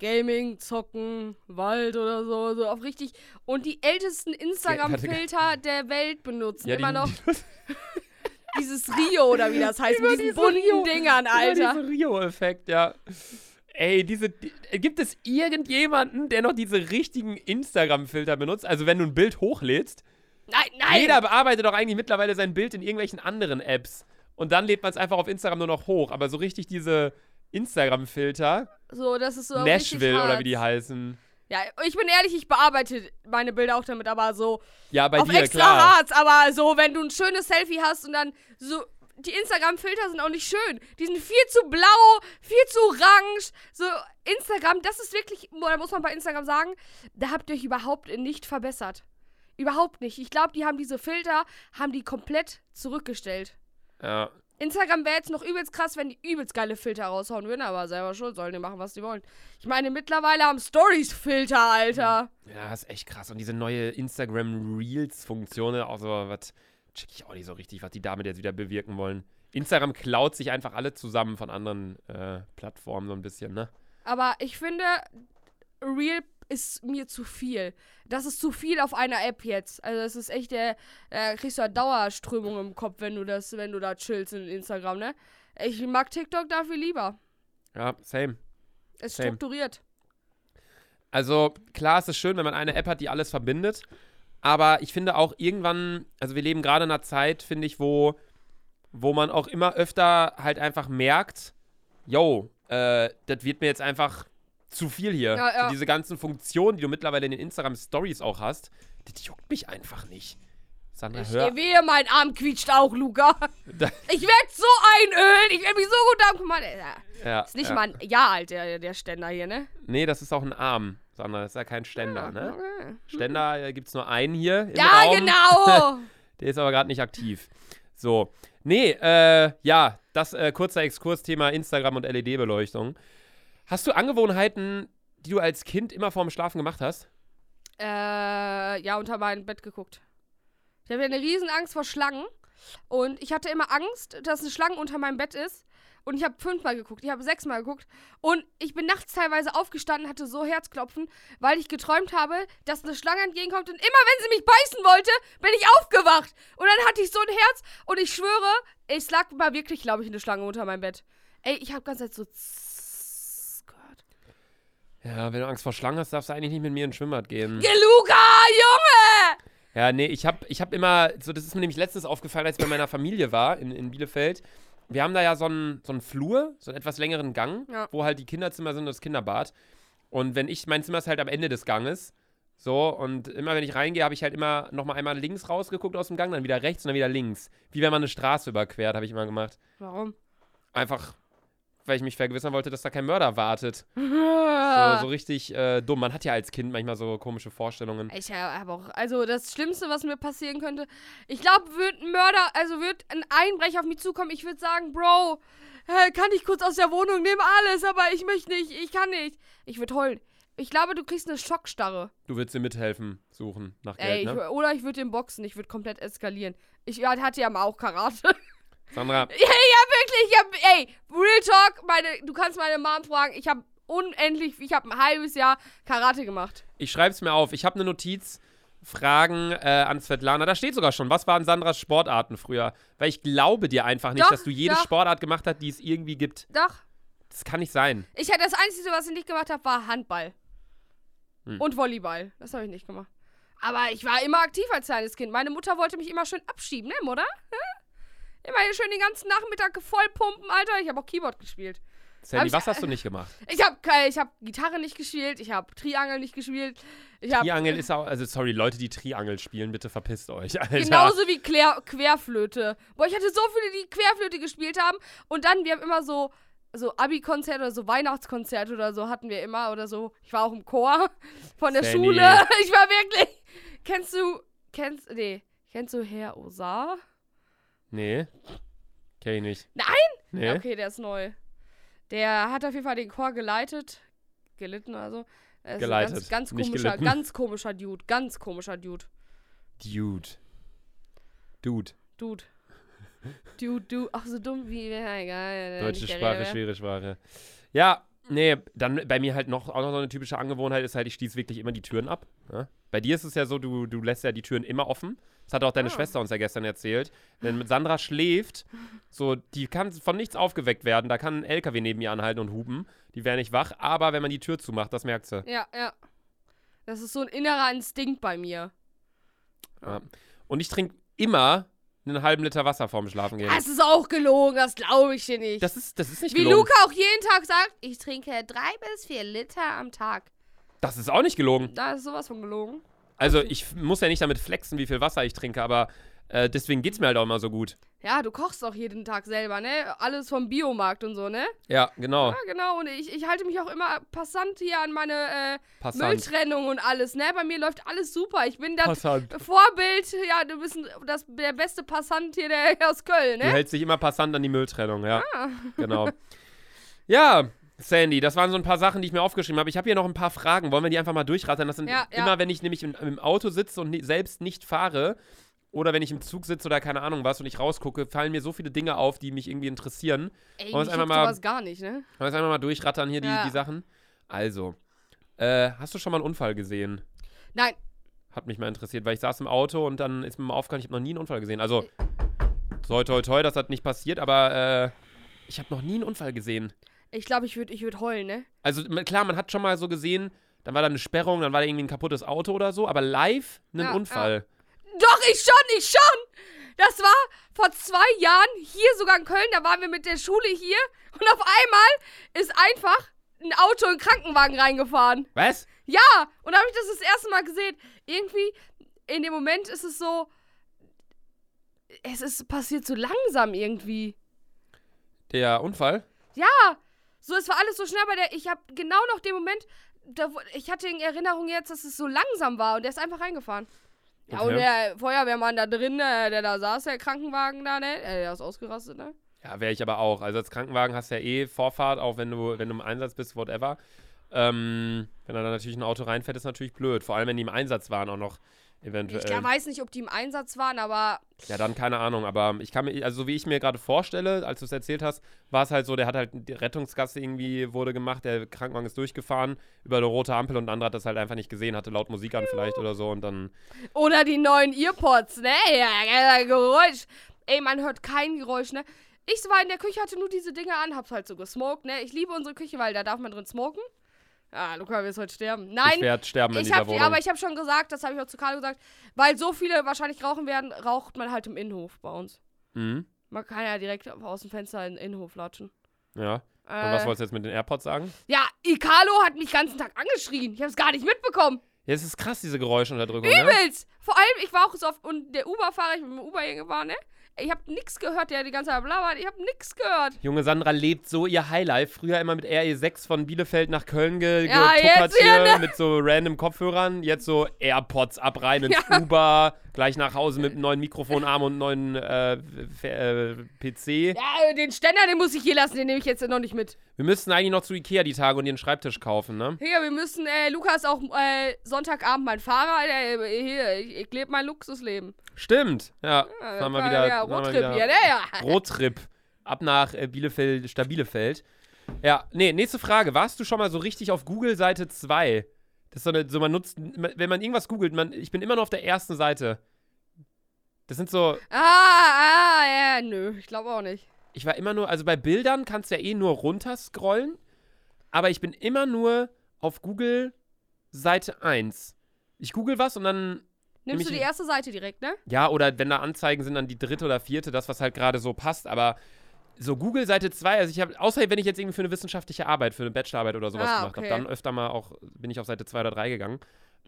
S1: Gaming, Zocken, Wald oder so, so auf richtig. Und die ältesten Instagram-Filter der Welt benutzen immer noch
S2: *laughs*
S1: dieses Rio oder wie das heißt,
S2: Immer
S1: mit diesen
S2: diese
S1: bunten
S2: Rio-
S1: Dingern,
S2: Alter.
S1: Alter.
S2: Dieser Rio-Effekt, ja. Ey, diese. Die, gibt es irgendjemanden, der noch diese richtigen Instagram-Filter benutzt? Also, wenn du ein Bild hochlädst,
S1: Nein, nein.
S2: jeder bearbeitet doch eigentlich mittlerweile sein Bild in irgendwelchen anderen Apps. Und dann lädt man es einfach auf Instagram nur noch hoch. Aber so richtig diese Instagram-Filter,
S1: So, das ist so richtig
S2: Nashville oder wie die
S1: hart.
S2: heißen.
S1: Ja, ich bin ehrlich, ich bearbeite meine Bilder auch damit, aber so
S2: Ja, bei
S1: auf
S2: dir,
S1: extra
S2: klar.
S1: Harz, aber so, wenn du ein schönes Selfie hast und dann so. Die Instagram-Filter sind auch nicht schön. Die sind viel zu blau, viel zu orange. So, Instagram, das ist wirklich, da muss man bei Instagram sagen, da habt ihr euch überhaupt nicht verbessert. Überhaupt nicht. Ich glaube, die haben diese Filter, haben die komplett zurückgestellt.
S2: Ja.
S1: Instagram wäre jetzt noch übelst krass, wenn die übelst geile Filter raushauen würden, aber selber schon, sollen die machen, was die wollen. Ich meine, mittlerweile haben Stories Filter, Alter.
S2: Ja, ist echt krass. Und diese neue Instagram Reels-Funktion, also was check ich auch nicht so richtig, was die damit jetzt wieder bewirken wollen. Instagram klaut sich einfach alle zusammen von anderen äh, Plattformen so ein bisschen, ne?
S1: Aber ich finde, Real ist mir zu viel. Das ist zu viel auf einer App jetzt. Also es ist echt, äh, da kriegst du eine Dauerströmung im Kopf, wenn du das, wenn du da chillst in Instagram, ne? Ich mag TikTok dafür lieber.
S2: Ja, same.
S1: Es ist
S2: Same.
S1: strukturiert.
S2: Also klar, es ist schön, wenn man eine App hat, die alles verbindet. Aber ich finde auch irgendwann, also wir leben gerade in einer Zeit, finde ich, wo, wo man auch immer öfter halt einfach merkt, yo, äh, das wird mir jetzt einfach zu viel hier.
S1: Ja, ja.
S2: So diese ganzen Funktionen, die du mittlerweile in den Instagram Stories auch hast, das juckt mich einfach nicht. Sandra,
S1: Ich
S2: hör.
S1: wehe, mein Arm quietscht auch, Luca.
S2: *laughs* Da-
S1: Ich werd so einölen. Ich werd mich so gut am Mann, äh,
S2: Ja,
S1: Ist nicht
S2: ja.
S1: mal ein Jahr alt, der, der Ständer hier, ne?
S2: Nee, das ist auch ein Arm, Sandra, das ist ja kein Ständer, ne?
S1: Okay.
S2: Ständer äh, gibt's nur einen hier. Im
S1: Ja,
S2: Raum. *laughs*
S1: genau!
S2: Der ist aber gerade nicht aktiv. So. Nee, äh, ja, das äh, kurzer Exkurs Thema Instagram und LED-Beleuchtung. Hast du Angewohnheiten, die du als Kind immer vorm Schlafen gemacht hast?
S1: äh, ja, unter mein Bett geguckt. Ich hatte eine riesen Angst vor Schlangen. Und ich hatte immer Angst, dass eine Schlange unter meinem Bett ist. Und ich habe fünfmal geguckt, ich habe sechsmal geguckt. Und ich bin nachts teilweise aufgestanden, hatte so Herzklopfen, weil ich geträumt habe, dass eine Schlange entgegenkommt. Und immer wenn sie mich beißen wollte, bin ich aufgewacht. Und dann hatte ich so ein Herz. Und ich schwöre, es lag mal wirklich, glaube ich, eine Schlange unter meinem Bett. Ey, ich habe ganz so zzzz gehört.
S2: Ja, wenn du Angst vor Schlangen hast, darfst du eigentlich nicht mit mir ins Schwimmbad gehen.
S1: Geluga, Junge!
S2: Ja, nee, ich hab, ich hab immer, so das ist mir nämlich letztens aufgefallen, als ich bei meiner Familie war in, in Bielefeld. Wir haben da ja so einen, so einen Flur, so einen etwas längeren Gang,
S1: Ja.
S2: wo halt die Kinderzimmer sind und das Kinderbad. Und wenn ich, mein Zimmer ist halt am Ende des Ganges. So, und immer wenn ich reingehe, habe ich halt immer nochmal einmal links rausgeguckt aus dem Gang, dann wieder rechts und dann wieder links. Wie wenn man eine Straße überquert, habe ich immer gemacht.
S1: Warum?
S2: Einfach, weil ich mich vergewissern wollte, dass da kein Mörder wartet.
S1: Ah.
S2: So, so richtig äh, dumm. Man hat ja als Kind manchmal so komische Vorstellungen.
S1: Ich habe auch, also das Schlimmste, was mir passieren könnte, ich glaube, wird ein Mörder, also wird ein Einbrecher auf mich zukommen. Ich würde sagen, Bro, äh, kann ich kurz aus der Wohnung, nimm alles, aber ich möchte nicht, ich kann nicht. Ich würde heulen. Ich glaube, du kriegst eine Schockstarre.
S2: Du willst dir mithelfen, suchen nach
S1: Ey,
S2: Geld, ne?
S1: ich, oder ich würde den boxen, ich würde komplett eskalieren. Ich ja, hatte ja mal auch Karate. *laughs*
S2: Sandra,
S1: ja, ja, wirklich, ich hab, ey, Real Talk, meine, du kannst meine Mom fragen, ich habe unendlich, ich habe ein halbes Jahr Karate gemacht.
S2: ich schreibe es mir auf. Ich habe eine ne Notiz. Fragen äh, an Svetlana. Da steht sogar schon, was waren Sandras Sportarten früher? Weil ich glaube dir einfach nicht,
S1: Doch,
S2: dass du jede
S1: doch.
S2: Sportart gemacht hast, die es irgendwie gibt.
S1: Doch.
S2: Das kann nicht sein.
S1: Ich hätte das Einzige, was ich nicht gemacht habe, war Handball.
S2: Hm.
S1: Und Volleyball. Das habe ich nicht gemacht. Aber ich war immer aktiv als kleines Kind. Meine Mutter wollte mich immer schön abschieben, ne, oder? Immer hier schön den ganzen Nachmittag vollpumpen, Alter. Ich habe auch Keyboard gespielt.
S2: Sandy,
S1: ich-
S2: was hast du nicht gemacht?
S1: Ich habe ich hab Gitarre nicht gespielt. Ich habe Triangel nicht gespielt. Ich habe
S2: Triangel ist auch, also sorry, Leute, die Triangel spielen, bitte verpisst euch, *laughs* Alter.
S1: Genauso wie Quer Querflöte. Boah, ich hatte so viele, die Querflöte gespielt haben. Und dann, wir haben immer so, so Abi-Konzerte oder so Weihnachtskonzerte oder so hatten wir immer oder so. Ich war auch im Chor *laughs* von der
S2: Sandy.
S1: Schule. *laughs* Ich war wirklich. Kennst du, kennst, nee, kennst du Herr Osar?
S2: Nee. Kenn ich nicht.
S1: Nein?
S2: Nee.
S1: Okay, der ist neu. Der hat auf jeden Fall den Chor geleitet. Gelitten oder so. Er ist ein
S2: Geleitet,
S1: Ganz, ganz
S2: nicht
S1: komischer,
S2: gelitten.
S1: ganz komischer Dude. Ganz komischer Dude.
S2: Dude. Dude.
S1: Dude. Dude, du, ach so dumm wie, ja, egal.
S2: Deutsche
S1: Äh, nicht der
S2: Sprache,
S1: Rede wert.
S2: schwere Sprache. Ja, nee, dann bei mir halt noch, auch noch so eine typische Angewohnheit ist halt, ich schließe wirklich immer die Türen ab. Ja? Bei dir ist es ja so, du, du lässt ja die Türen immer offen. Das hat auch deine
S1: Ah.
S2: Schwester uns ja gestern erzählt. Wenn Sandra schläft, so, die kann von nichts aufgeweckt werden. Da kann ein LKW neben ihr anhalten und hupen. Die wäre nicht wach, aber wenn man die Tür zumacht, das merkt sie.
S1: Ja, ja. Das ist so ein innerer Instinkt bei mir.
S2: Ja. Und ich trinke immer einen halben Liter Wasser vorm Schlafengehen.
S1: Das ist auch gelogen, das glaube ich dir nicht.
S2: Das ist, das ist nicht
S1: Wie
S2: gelogen.
S1: Luca auch jeden Tag sagt, ich trinke drei bis vier Liter am Tag.
S2: Das ist auch nicht gelogen.
S1: Da ist sowas von gelogen.
S2: Also ich f- muss ja nicht damit flexen, wie viel Wasser ich trinke, aber äh, deswegen geht's mir halt auch immer so gut.
S1: Ja, du kochst auch jeden Tag selber, ne? Alles vom Biomarkt und so, ne?
S2: Ja, genau.
S1: Ja, genau. Und ich, ich halte mich auch immer passant hier an meine äh,
S2: Passant.
S1: Mülltrennung und alles, ne? Bei mir läuft alles super. Ich bin das
S2: Passant.
S1: Vorbild. Ja, du bist ein- das, der beste Passant hier der, *laughs* aus Köln,
S2: Du
S1: ne?
S2: hältst dich immer passant an die Mülltrennung, ja.
S1: Ah.
S2: Genau. Ja, Sandy, das waren so ein paar Sachen, die ich mir aufgeschrieben habe. Ich habe hier noch ein paar Fragen. Wollen wir die einfach mal durchrattern? Das sind
S1: Ja, ja.
S2: immer, wenn ich nämlich im, im Auto sitze und ni- selbst nicht fahre oder wenn ich im Zug sitze oder keine Ahnung was und ich rausgucke, fallen mir so viele Dinge auf, die mich irgendwie interessieren.
S1: Ey,
S2: Wollen
S1: mich
S2: wir es einfach
S1: juckt
S2: mal-
S1: sowas gar nicht, ne?
S2: Wollen wir jetzt einfach mal durchrattern hier
S1: Ja.
S2: die, die Sachen? Also, äh, hast du schon mal einen Unfall gesehen?
S1: Nein,
S2: Hat mich mal interessiert, weil ich saß im Auto und dann ist mir mal aufgefallen, ich habe noch nie einen Unfall gesehen. Also, toi, toi, toi, das hat nicht passiert, aber äh, ich habe noch nie einen Unfall gesehen.
S1: ich glaube, ich würde ich würd heulen, ne?
S2: Also, m- klar, man hat schon mal so gesehen, dann war da eine Sperrung, dann war da irgendwie ein kaputtes Auto oder so, aber live einen
S1: Ja,
S2: Unfall.
S1: Doch, ich schon, ich schon. Das war vor zwei Jahren hier sogar in Köln. Da waren wir mit der Schule hier und auf einmal ist einfach ein Auto in den Krankenwagen reingefahren.
S2: Was?
S1: Ja, und da habe ich das das erste Mal gesehen. Irgendwie in dem Moment ist es so, es ist passiert so langsam irgendwie.
S2: Der Unfall?
S1: Ja, so es war alles so schnell bei der. Ich habe genau noch den Moment, da, wo- ich hatte in Erinnerung jetzt, dass es so langsam war und der ist einfach reingefahren. Ja, und
S2: Okay.
S1: der Feuerwehrmann da drin, äh, der da saß, der Krankenwagen da, ne? äh, Der ist ausgerastet, ne?
S2: Ja, wäre ich aber auch. Also als Krankenwagen hast du ja eh Vorfahrt, auch wenn du, wenn du im Einsatz bist, whatever. Ähm, wenn da dann natürlich ein Auto reinfährt, ist natürlich blöd. Vor allem, wenn die im Einsatz waren auch noch eventuell.
S1: Ich glaub, weiß nicht, ob die im Einsatz waren, aber
S2: ja, dann keine Ahnung. Aber ich kann mir, also so wie ich mir gerade vorstelle, als du es erzählt hast, war es halt so, der hat halt die Rettungsgasse irgendwie wurde gemacht, der Krankenwagen ist durchgefahren über eine rote Ampel und ein anderer hat das halt einfach nicht gesehen, hatte laut Musik an vielleicht oder so und dann.
S1: Oder die neuen Earpods, ne? Ja, ja, Geräusch. Ey, man hört kein Geräusch, ne? Ich war in der Küche, hatte nur diese Dinge an, hab's halt so gesmoked, ne? Ich liebe unsere Küche, weil da darf man drin smoken. Ah, Luca, wir heute sterben. Nein,
S2: ich werde sterben in
S1: ich
S2: dieser
S1: hab,
S2: Wohnung.
S1: aber ich habe schon gesagt, das habe ich auch zu Carlo gesagt, weil so viele wahrscheinlich rauchen werden, raucht man halt im Innenhof bei uns.
S2: mhm.
S1: Man kann ja direkt aus dem Fenster in den Innenhof latschen.
S2: Ja. Und
S1: Äh,
S2: was wolltest du jetzt mit den AirPods sagen?
S1: ja, Icalo hat mich den ganzen Tag angeschrien. Ich habe es gar nicht mitbekommen.
S2: Ja, es ist krass, diese Geräuschunterdrückung. Ne?
S1: Übelst! Vor allem, ich war auch so oft und der Uber-Fahrer, ich bin mit dem Uber hier gefahren, ne? Ich habe nichts gehört, der die ganze Zeit blabbert. Ich habe nichts gehört.
S2: Junge Sandra lebt so ihr Highlife. Früher immer mit RE6 von Bielefeld nach Köln ge
S1: Ja,
S2: getuckert
S1: jetzt hier, ne?
S2: hier mit so random Kopfhörern. Jetzt so AirPods ab
S1: *laughs*
S2: rein ins Uber, gleich nach Hause mit einem neuen Mikrofonarm und einem neuen äh, F- äh, PC.
S1: Ja, den Ständer, den muss ich hier lassen, den nehme ich jetzt noch nicht mit.
S2: Wir müssten eigentlich noch zu Ikea die Tage und ihren Schreibtisch kaufen, ne?
S1: Hier, wir müssen, äh, Lukas auch äh, Sonntagabend mein Fahrer, äh, hier, ich, ich lebe mein Luxusleben.
S2: Stimmt. Ja,
S1: Ja,
S2: haben wir
S1: klar,
S2: wieder.
S1: ja,
S2: machen wir
S1: Roadtrip
S2: wieder-
S1: hier, ne? Ja.
S2: Roadtrip. Ab nach äh, Bielefeld, Stabilefeld. Ja, nee, nächste Frage. Warst du schon mal so richtig auf Google Seite 2? Das ist so, eine, so man nutzt, wenn man irgendwas googelt, man, ich bin immer nur auf der ersten Seite. Das sind so,
S1: Ah, ah, ja, nö, ich glaube auch nicht.
S2: ich war immer nur, also bei Bildern kannst du ja eh nur runterscrollen, aber ich bin immer nur auf Google Seite 1. Ich google was und dann,
S1: Nimmst du
S2: Nämlich-
S1: die erste Seite direkt, ne?
S2: ja, oder wenn da Anzeigen sind, dann die dritte oder vierte, das, was halt gerade so passt, aber so Google Seite 2, also ich habe, außer wenn ich jetzt irgendwie für eine wissenschaftliche Arbeit, für eine Bachelorarbeit oder sowas
S1: Ah,
S2: gemacht
S1: okay.
S2: habe, dann öfter mal auch, bin ich auf Seite 2 oder 3 gegangen.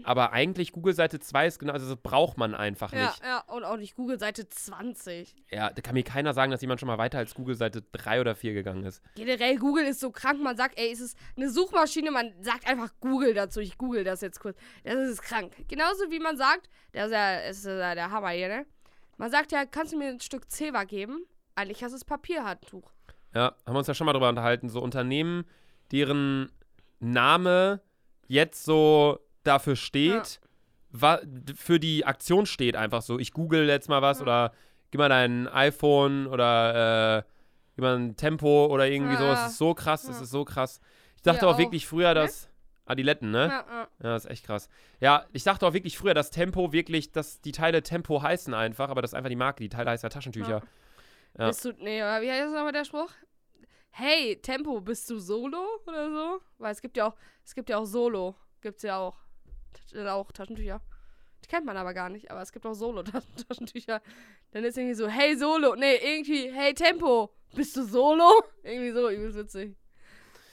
S2: Aber eigentlich Google Seite 2 ist genau, also das braucht man einfach
S1: Ja,
S2: nicht.
S1: ja, und auch nicht Google Seite 20.
S2: Ja, da kann mir keiner sagen, dass jemand schon mal weiter als Google Seite 3 oder 4 gegangen ist.
S1: Generell, Google ist so krank, man sagt, ey, es ist eine Suchmaschine, man sagt einfach Google dazu. Ich google das jetzt kurz. Das ist krank. Genauso wie man sagt, das ist ja, das ist ja der Hammer hier, ne? Man sagt ja, kannst du mir ein Stück Zewa geben? Eigentlich hast du das Papierhandtuch.
S2: Ja, haben wir uns ja schon mal drüber unterhalten. So Unternehmen, deren Name jetzt so dafür steht, wa- d- für die Aktion steht einfach so. Ich google jetzt mal
S1: Mhm.
S2: was oder gib mal dein iPhone oder äh, gib mal ein Tempo oder irgendwie so.
S1: Ja.
S2: Es ist so krass, es
S1: Ja.
S2: ist so krass. Ich dachte
S1: Hier
S2: auch wirklich früher, dass. Adiletten, ne?
S1: Ja, ja.
S2: Ja, ist echt krass. Ja, ich dachte auch wirklich früher, dass Tempo wirklich, dass die Teile Tempo heißen einfach, aber das ist einfach die Marke. Die Teile heißen ja Taschentücher. Ja.
S1: Bist du, nee, oder wie heißt nochmal der Spruch? Hey, Tempo, bist du Solo oder so? Weil es gibt ja auch, es gibt ja auch Solo. Gibt's ja auch. T- Auch Taschentücher. Die kennt man aber gar nicht, aber es gibt auch *laughs* Solo-Taschentücher. Dann ist irgendwie so, hey Solo, nee, irgendwie, hey Tempo, bist du Solo? *laughs* Irgendwie so, übelst witzig. *laughs*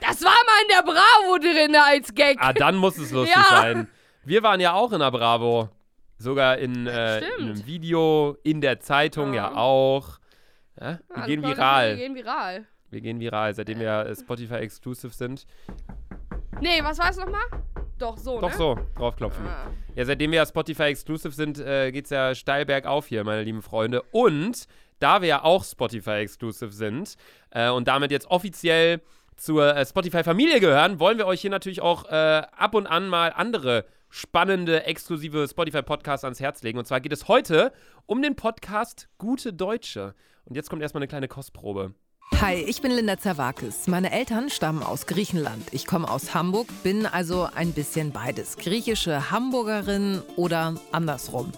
S1: Das war mal in der Bravo drin als Gag.
S2: Ah, dann muss es lustig
S1: Ja.
S2: sein. Wir waren ja auch in der Bravo. Sogar in, äh, in
S1: Stimmt. Ah.
S2: einem Video, in der Zeitung ja,
S1: Ja.
S2: auch. Ja, wir
S1: Ah,
S2: gehen
S1: das war- Wir
S2: viral.
S1: gehen viral.
S2: Wir gehen viral, seitdem wir äh, Spotify exclusive sind.
S1: Nee, was war es nochmal? Doch so,
S2: Doch
S1: ne?
S2: so, draufklopfen.
S1: Ah.
S2: Ja, seitdem wir ja Spotify exclusive sind, äh, geht's ja steil bergauf hier, meine lieben Freunde. Und da wir ja auch Spotify exclusive sind äh, und damit jetzt offiziell zur äh, Spotify-Familie gehören, wollen wir euch hier natürlich auch äh, ab und an mal andere spannende, exklusive Spotify-Podcasts ans Herz legen. Und zwar geht es heute um den Podcast Gute Deutsche. Und jetzt kommt erstmal eine kleine Kostprobe.
S4: Hi, ich bin Linda Zervakis. Meine Eltern stammen aus Griechenland. Ich komme aus Hamburg, bin also ein bisschen beides. Griechische Hamburgerin oder andersrum.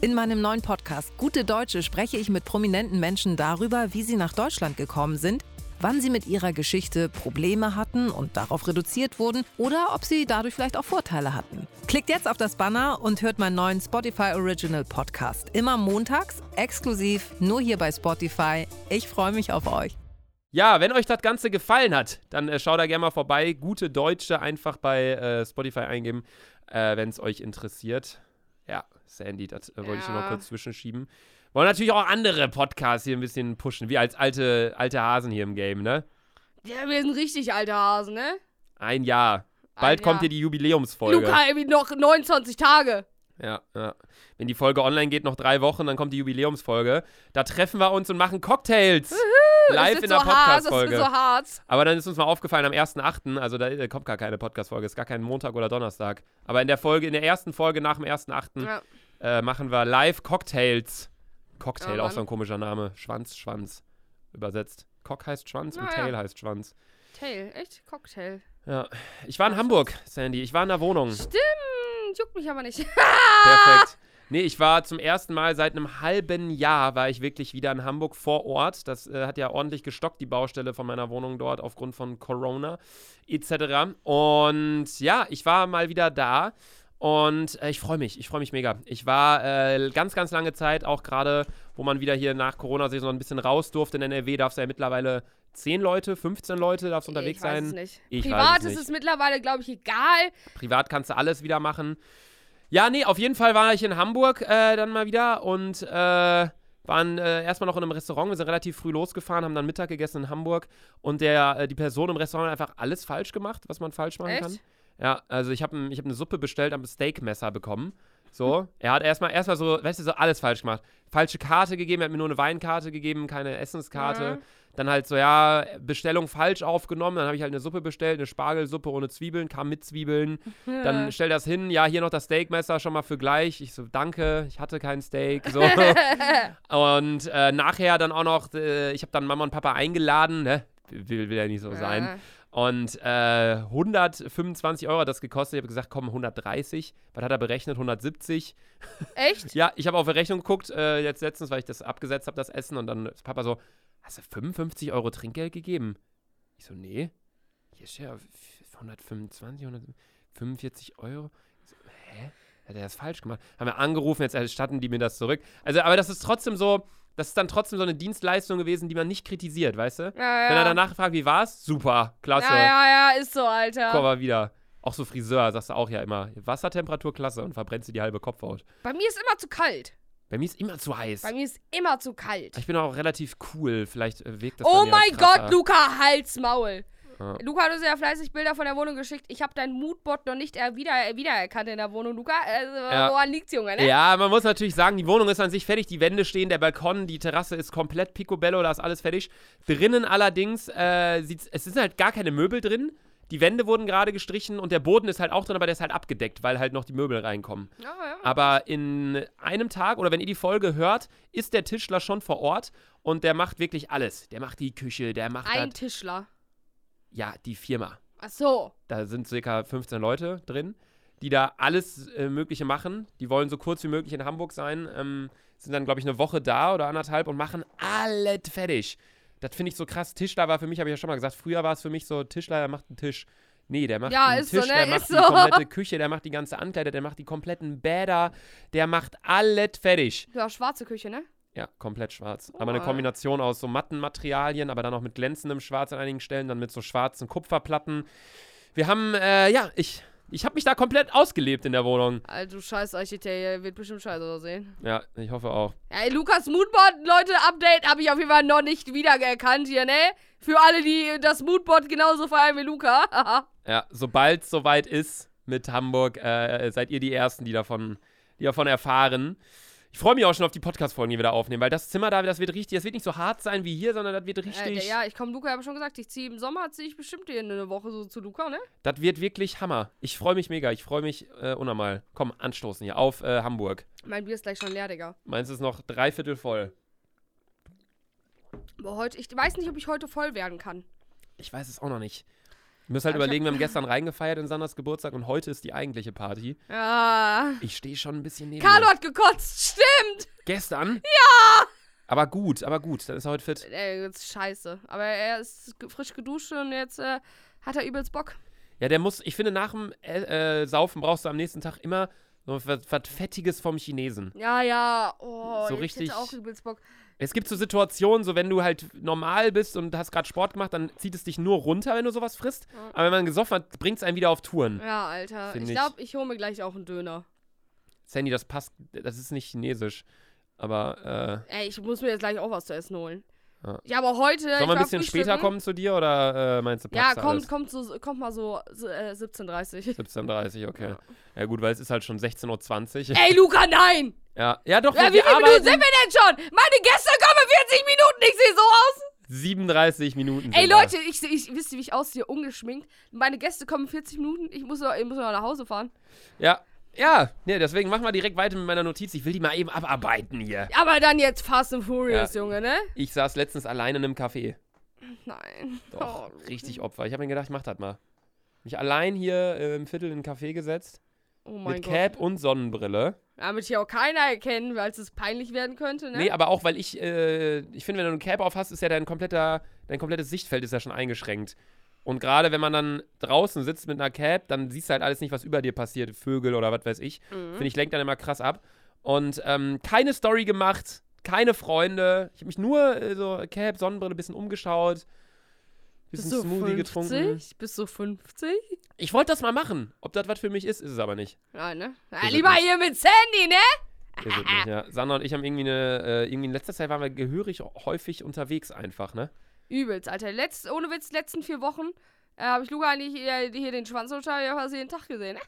S4: In meinem neuen Podcast Gute Deutsche spreche ich mit prominenten Menschen darüber, wie sie nach Deutschland gekommen sind, wann sie mit ihrer Geschichte Probleme hatten und darauf reduziert wurden oder ob sie dadurch vielleicht auch Vorteile hatten. Klickt jetzt auf das Banner und hört meinen neuen Spotify Original Podcast. Immer montags, exklusiv, nur hier bei Spotify. Ich freue mich auf euch.
S2: Ja, wenn euch das Ganze gefallen hat, dann äh, schaut da gerne mal vorbei. Gute Deutsche einfach bei äh, Spotify eingeben, äh, wenn es euch interessiert. Ja, Sandy, das äh, wollte ich nur mal
S1: Ja.
S2: kurz zwischenschieben. Wollen natürlich auch andere Podcasts hier ein bisschen pushen, wie als alte, alte Hasen hier im Game, ne?
S1: Ja, wir sind richtig alte Hasen, ne?
S2: Ein Jahr. Bald
S1: Ein
S2: kommt
S1: Jahr.
S2: hier die Jubiläumsfolge.
S1: Luca, irgendwie noch 29 Tage.
S2: Ja, ja. Wenn die Folge online geht, noch drei Wochen, dann kommt die Jubiläumsfolge. Da treffen wir uns und machen Cocktails. Live
S1: das wird
S2: in der
S1: so hart,
S2: Podcast-Folge.
S1: Das wird so hart.
S2: Aber dann ist uns mal aufgefallen am 1.8., also da äh, kommt gar keine Podcast-Folge, ist gar kein Montag oder Donnerstag. Aber in der Folge, in der ersten Folge nach dem 1.8.
S1: Ja.
S2: Äh, machen wir live Cocktails. Cocktail,
S1: Ja,
S2: auch
S1: Oh Mann.
S2: so ein komischer Name. Schwanz, Schwanz. Übersetzt. Cock heißt Schwanz und
S1: Na Ah, ja.
S2: Tail heißt Schwanz.
S1: Tail, echt? Cocktail.
S2: Ja. Ich war in Hamburg, Sandy. Ich war in der Wohnung.
S1: Stimmt, juckt mich aber nicht.
S2: Perfekt. *laughs* Nee, ich war zum ersten Mal seit einem halben Jahr, war ich wirklich wieder in Hamburg vor Ort. Das äh, hat ja ordentlich gestockt, die Baustelle von meiner Wohnung dort aufgrund von Corona etc. Und ja, ich war mal wieder da und äh, ich freue mich, ich freue mich mega. Ich war äh, ganz, ganz lange Zeit, auch gerade, wo man wieder hier nach Corona-Saison ein bisschen raus durfte. In NRW darfst du ja mittlerweile 10 Leute, 15 Leute darfst du *laughs* unterwegs
S1: ich weiß
S2: sein.
S1: Es nicht.
S2: Ich weiß
S1: Privat
S2: es nicht.
S1: ist es mittlerweile, glaube ich, egal.
S2: Privat kannst du alles wieder machen. Ja, nee, auf jeden Fall war ich in Hamburg äh, dann mal wieder und äh, waren äh, erstmal noch in einem Restaurant. Wir sind relativ früh losgefahren, haben dann Mittag gegessen in Hamburg und der, äh, die Person im Restaurant hat einfach alles falsch gemacht, was man falsch machen
S1: Echt?
S2: kann. Ja, also ich habe ich hab eine Suppe bestellt, habe ein Steakmesser bekommen. So, er hat erstmal erstmal so, weißt du, so alles falsch gemacht. Falsche Karte gegeben, er hat mir nur eine Weinkarte gegeben, keine Essenskarte.
S1: Mhm.
S2: Dann halt so, ja, Bestellung falsch aufgenommen. Dann habe ich halt eine Suppe bestellt, eine Spargelsuppe ohne Zwiebeln, kam mit Zwiebeln. Dann stell das hin, ja, hier noch das Steakmesser schon mal für gleich. Ich so, danke, ich hatte kein Steak. So. und
S1: *laughs*
S2: äh, nachher dann auch noch, äh, ich habe dann Mama und Papa eingeladen, ne? Will, will ja nicht *laughs* so sein. Und äh, 125 Euro hat das gekostet. Ich habe gesagt, komm, 130. Was hat er berechnet? 170.
S1: Echt?
S2: Ja, ich habe auf die Rechnung geguckt, äh, jetzt letztens, weil ich das abgesetzt habe, das Essen. Und dann ist Papa so, hast du 55 Euro Trinkgeld gegeben? Ich so, nee. Hier steht ja 125, 145 Euro. Ich so, hä? Hat er das falsch gemacht? Haben wir angerufen, jetzt erstatten die mir das zurück. Also, aber das ist trotzdem so, das ist dann trotzdem so eine Dienstleistung gewesen, die man nicht kritisiert, weißt du?
S1: Ja, ja.
S2: Wenn er danach fragt, wie war's? Super, klasse.
S1: ja, ja, ja, ist so, Alter.
S2: Komm mal wieder. Auch so Friseur, sagst du auch ja immer. Wassertemperatur, klasse. Und verbrennst dir die halbe Kopfhaut.
S1: Bei mir ist immer zu kalt.
S2: Bei mir ist immer zu heiß.
S1: Bei mir ist immer zu kalt.
S2: Ich bin auch relativ cool. Vielleicht äh, wirkt das
S1: oh
S2: bei mir
S1: mein
S2: krasser.
S1: Ggott, Luca, halt's Maul.
S2: Ja.
S1: Luca, du hast ja fleißig Bilder von der Wohnung geschickt. Ich habe deinen Moodbot noch nicht er- wieder, wiedererkannt in der Wohnung, Luca. Also,
S2: Ja.
S1: Woran liegt's, Junge, ne?
S2: Ja, man muss natürlich sagen, die Wohnung ist an sich fertig, die Wände stehen, der Balkon, die Terrasse ist komplett picobello, da ist alles fertig. Drinnen allerdings, äh, sieht's, es sind halt gar keine Möbel drin. Die Wände wurden gerade gestrichen und der Boden ist halt auch drin, aber der ist halt abgedeckt, weil halt noch die Möbel reinkommen.
S1: Ja, ja.
S2: Aber in einem Tag oder wenn ihr die Folge hört, ist der Tischler schon vor Ort und der macht wirklich alles. Der macht die Küche, der macht
S1: Ein
S2: das,
S1: Tischler.
S2: ja, die Firma.
S1: Ach so.
S2: Da sind circa 15 Leute drin, die da alles äh, Mögliche machen. Die wollen so kurz wie möglich in Hamburg sein, ähm, sind dann, glaube ich, eine Woche da oder anderthalb und machen alles fertig. Das finde ich so krass. Tischler war für mich, habe ich ja schon mal gesagt, früher war es für mich so, Tischler, der macht einen Tisch. Nee, der macht
S1: Ja,
S2: einen
S1: ist so,
S2: Tisch,
S1: ne?
S2: der
S1: Ist
S2: macht die
S1: so.
S2: komplette Küche, der macht die ganze Ankleide, der macht die kompletten Bäder, der macht alles fertig.
S1: Ja, schwarze Küche, ne?
S2: Ja, komplett schwarz. Aber eine
S1: Oh.
S2: Kombination aus so matten Materialien, aber dann auch mit glänzendem Schwarz an einigen Stellen, dann mit so schwarzen Kupferplatten. Wir haben, äh, ja, ich, ich habe mich da komplett ausgelebt in der Wohnung.
S1: Also du scheiß Architekt, wird bestimmt scheiße aussehen.
S2: Ja, ich hoffe auch.
S1: Ja, ey, Lukas Moodboard, Leute, Update habe ich auf jeden Fall noch nicht wiedererkannt hier, ne? Für alle, die das Moodboard genauso feiern wie Luca. *laughs*
S2: Ja, sobald es soweit ist mit Hamburg, äh, seid ihr die Ersten, die davon, die davon erfahren. Ich freue mich auch schon auf die Podcast-Folgen, die wir da aufnehmen, weil das Zimmer da, das wird richtig, das wird nicht so hart sein wie hier, sondern das wird richtig,
S1: Äh, ja, ich komme Luca, ich habe schon gesagt, ich ziehe im Sommer, ziehe ich bestimmt hier in eine Woche so zu Luca, ne?
S2: das wird wirklich Hammer. Ich freue mich mega, ich freue mich äh, unnormal. Komm, anstoßen hier auf äh, Hamburg.
S1: Mein Bier ist gleich schon leer, Digga.
S2: Meins ist noch dreiviertel voll.
S1: Boah, heute, ich weiß nicht, ob ich heute voll werden kann.
S2: Ich weiß es auch noch nicht. Wir müssen halt
S1: Aber ich
S2: überlegen, wir haben gestern reingefeiert in Sanders Geburtstag und heute ist die eigentliche Party.
S1: Ja.
S2: Ich stehe schon ein bisschen neben.
S1: Carlo
S2: mir.
S1: hat gekotzt, stimmt!
S2: Gestern? Ja! Aber gut, aber gut, dann ist er heute fit.
S1: Ey, das ist scheiße. Aber er ist ge- frisch geduscht und jetzt äh, hat er übelst Bock.
S2: Ja, der muss, ich finde, nach dem äh, äh, Saufen brauchst du am nächsten Tag immer so was, was Fettiges vom Chinesen.
S1: Ja, ja. Oh,
S2: So
S1: ich
S2: richtig-
S1: hätte auch übelst Bock.
S2: Es gibt so Situationen, so wenn du halt normal bist und hast gerade Sport gemacht, dann zieht es dich nur runter, wenn du sowas frisst. Aber wenn man gesoffen hat, bringt es einen wieder auf Touren.
S1: Ja, Alter.
S2: Find
S1: ich
S2: ich.
S1: glaube, ich hole mir gleich auch einen Döner.
S2: Sandy, das passt, das ist nicht chinesisch. Aber, äh.
S1: Ey, ich muss mir jetzt gleich auch was zu essen holen.
S2: Ja.
S1: Ja, aber heute. ich
S2: Sollen wir
S1: war
S2: ein bisschen später
S1: frühstücken.
S2: kommen zu dir oder äh, meinst du
S1: Ja,
S2: packst du
S1: kommt,
S2: alles?
S1: kommt, so, kommt mal so, so äh, 17.30 Uhr.
S2: 17.30 okay. Ja gut, weil es ist halt schon 16.20 Uhr.
S1: *laughs* Ey, Luca, nein!
S2: Ja, *laughs* ja doch,
S1: Ja,
S2: wir
S1: wie viele Minuten
S2: arbeiten.
S1: sind wir denn schon? Meine Gäste kommen in 40 Minuten, ich sehe so aus.
S2: 37 Minuten.
S1: Ey,
S2: sind wir.
S1: Leute, ich, seh- ich wisst ihr, wie ich aussehe, ungeschminkt. Meine Gäste kommen in 40 Minuten, ich muss noch, ich muss noch nach Hause fahren.
S2: Ja, ja, nee, deswegen machen wir direkt weiter mit meiner Notiz. Ich will die mal eben abarbeiten hier.
S1: Aber dann jetzt Fast and Furious,
S2: Ja.
S1: Junge, ne?
S2: Ich saß letztens alleine in einem Café.
S1: Nein.
S2: Doch,
S1: Oh.
S2: richtig Opfer. Ich habe mir gedacht, ich mach das mal. Mich allein hier äh, im Viertel in einen Café gesetzt.
S1: Oh mein
S2: Mit
S1: Gott.
S2: Cap und Sonnenbrille.
S1: Damit hier auch keiner erkennen, weil es peinlich werden könnte, ne?
S2: Nee, aber auch, weil ich, äh, ich finde, wenn du einen Cap auf hast, ist ja dein kompletter, dein komplettes Sichtfeld ist ja schon eingeschränkt. Und gerade wenn man dann draußen sitzt mit einer Cap, dann siehst du halt alles nicht, was über dir passiert, Vögel oder was weiß ich. Finde ich, lenkt dann immer krass ab. Und ähm, keine Story gemacht, keine Freunde. Ich habe mich nur äh, so Cap, Sonnenbrille, bisschen umgeschaut, bisschen Smoothie getrunken. ne?
S1: Bist du 50?
S2: Ich wollte das mal machen. Ob das was für mich ist, ist es aber nicht.
S1: Ja, ne? Ja,
S2: Ist es
S1: lieber
S2: nicht.
S1: hier mit Sandy, ne?
S2: Ist es nicht ja. Sandra und ich haben irgendwie eine, äh, irgendwie in letzter Zeit waren wir gehörig häufig unterwegs einfach, ne?
S1: Übelst, Alter. Letzt, ohne Witz, letzten vier Wochen äh, habe ich Luca eigentlich hier, hier den Schwanz unter ja, fast jeden Tag gesehen. ne?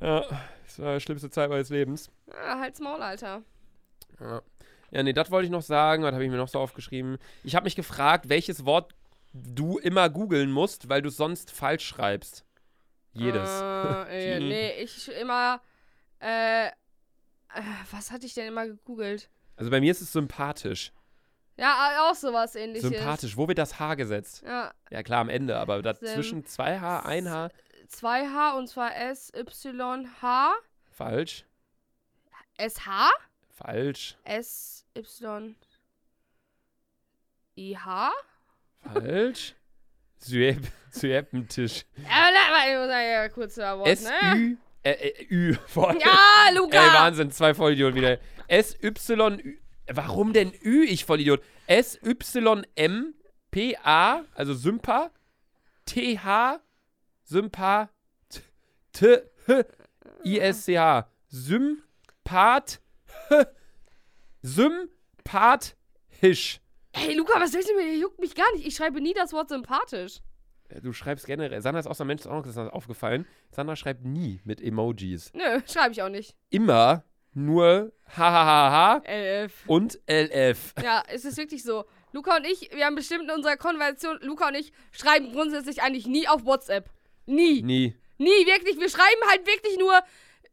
S2: Ja, das war die schlimmste Zeit meines Lebens.
S1: Ah, halt's Maul, Alter.
S2: Ja, ja nee, das wollte ich noch sagen. Was habe ich mir noch so aufgeschrieben? Ich habe mich gefragt, welches Wort du immer googeln musst, weil du es sonst falsch schreibst. Jedes. *laughs*
S1: Äh, äh, nee, ich immer. Äh, äh, was hatte ich denn immer gegoogelt?
S2: Also bei mir ist es sympathisch.
S1: Ja, auch sowas ähnliches.
S2: Sympathisch. Wo wird das Haar gesetzt?
S1: Ja,
S2: Ja, klar, am Ende, aber dazwischen zwei Haar, ein Haar.
S1: 2H und zwar S, Y, H.
S2: Falsch.
S1: SH?
S2: Falsch.
S1: S, Y, I, H?
S2: Falsch. Syep, *laughs* Syepentisch.
S1: Äh, na, warte, ich muss mal hier kurz über Wort, ne?
S2: S-Ü. Äh, äh, Ü. Vorne.
S1: Ja,
S2: Ey,
S1: Luca!
S2: Wahnsinn, zwei Vollidioten wieder. S-Y-Ü. Warum denn Ü, ich Vollidiot? S-Y-M-P-A, also Sympa. T-H, Sympa. T- T-I-S-C-H. Sympath. Sympathisch.
S1: Ey, Luca, was willst du mir? Juckt mich gar nicht. Ich schreibe nie das Wort sympathisch.
S2: Äh, Du schreibst generell. Sandra ist auch so ein Mensch, ist auch noch das ist aufgefallen. Sandra schreibt nie mit Emojis.
S1: Nö, schreibe ich auch nicht.
S2: Immer nur hahaha
S1: LF.
S2: und LF.
S1: Ja, es ist wirklich so. Luca und ich, wir haben bestimmt in unserer Konversation, Luca und ich schreiben grundsätzlich eigentlich nie auf WhatsApp. Nie.
S2: Nie.
S1: Nie, wirklich. Wir schreiben halt wirklich nur.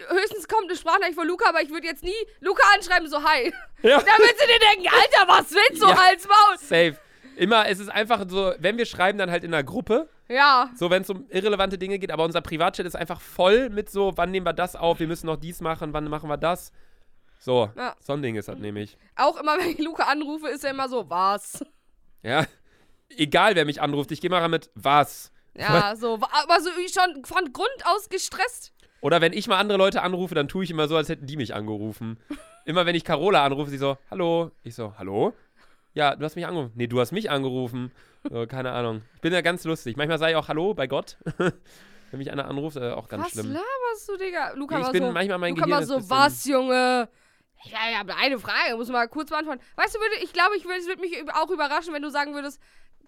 S1: Höchstens kommt eine Sprachnachricht von Luca, aber ich würde jetzt nie Luca anschreiben, so hi. *laughs*
S2: Ja.
S1: Damit sie dir denken, Alter, was willst du,
S2: Ja.
S1: Hals, Maul?
S2: Safe. Immer, es ist einfach so, wenn wir schreiben, dann halt in einer Gruppe,
S1: Ja,
S2: so wenn es um irrelevante Dinge geht, aber unser Privatchat ist einfach voll mit so, wann nehmen wir das auf, wir müssen noch dies machen, wann machen wir das. So,
S1: Ja.
S2: so ein Ding ist das nämlich.
S1: auch immer, *laughs* wenn ich Luca anrufe, ist er immer so, was?
S2: Ja. Egal, wer mich anruft, ich gehe mal ran mit was.
S1: Ja, so, wa- aber so wie schon von Grund aus gestresst.
S2: Oder wenn ich mal andere Leute anrufe, dann tue ich immer so, als hätten die mich angerufen. Immer wenn ich Carola anrufe, sie so, hallo. Ich so, hallo? Ja, du hast mich angerufen. Nee, du hast mich angerufen. So, keine Ahnung. Ich bin ja ganz lustig. Manchmal sage ich auch Hallo bei Gott. *laughs* wenn mich einer anruft, äh, auch ganz
S1: was
S2: schlimm.
S1: laberst du, Digga? Luca
S2: Ich
S1: war
S2: bin
S1: so,
S2: manchmal mein
S1: Luca
S2: Gehirn
S1: war
S2: ist
S1: so,
S2: bisschen-
S1: was, Junge? Ja, ich habe eine Frage, muss mal kurz beantworten. Weißt du, würde, ich glaube, ich würde, es würde mich üb- auch überraschen, wenn du sagen würdest,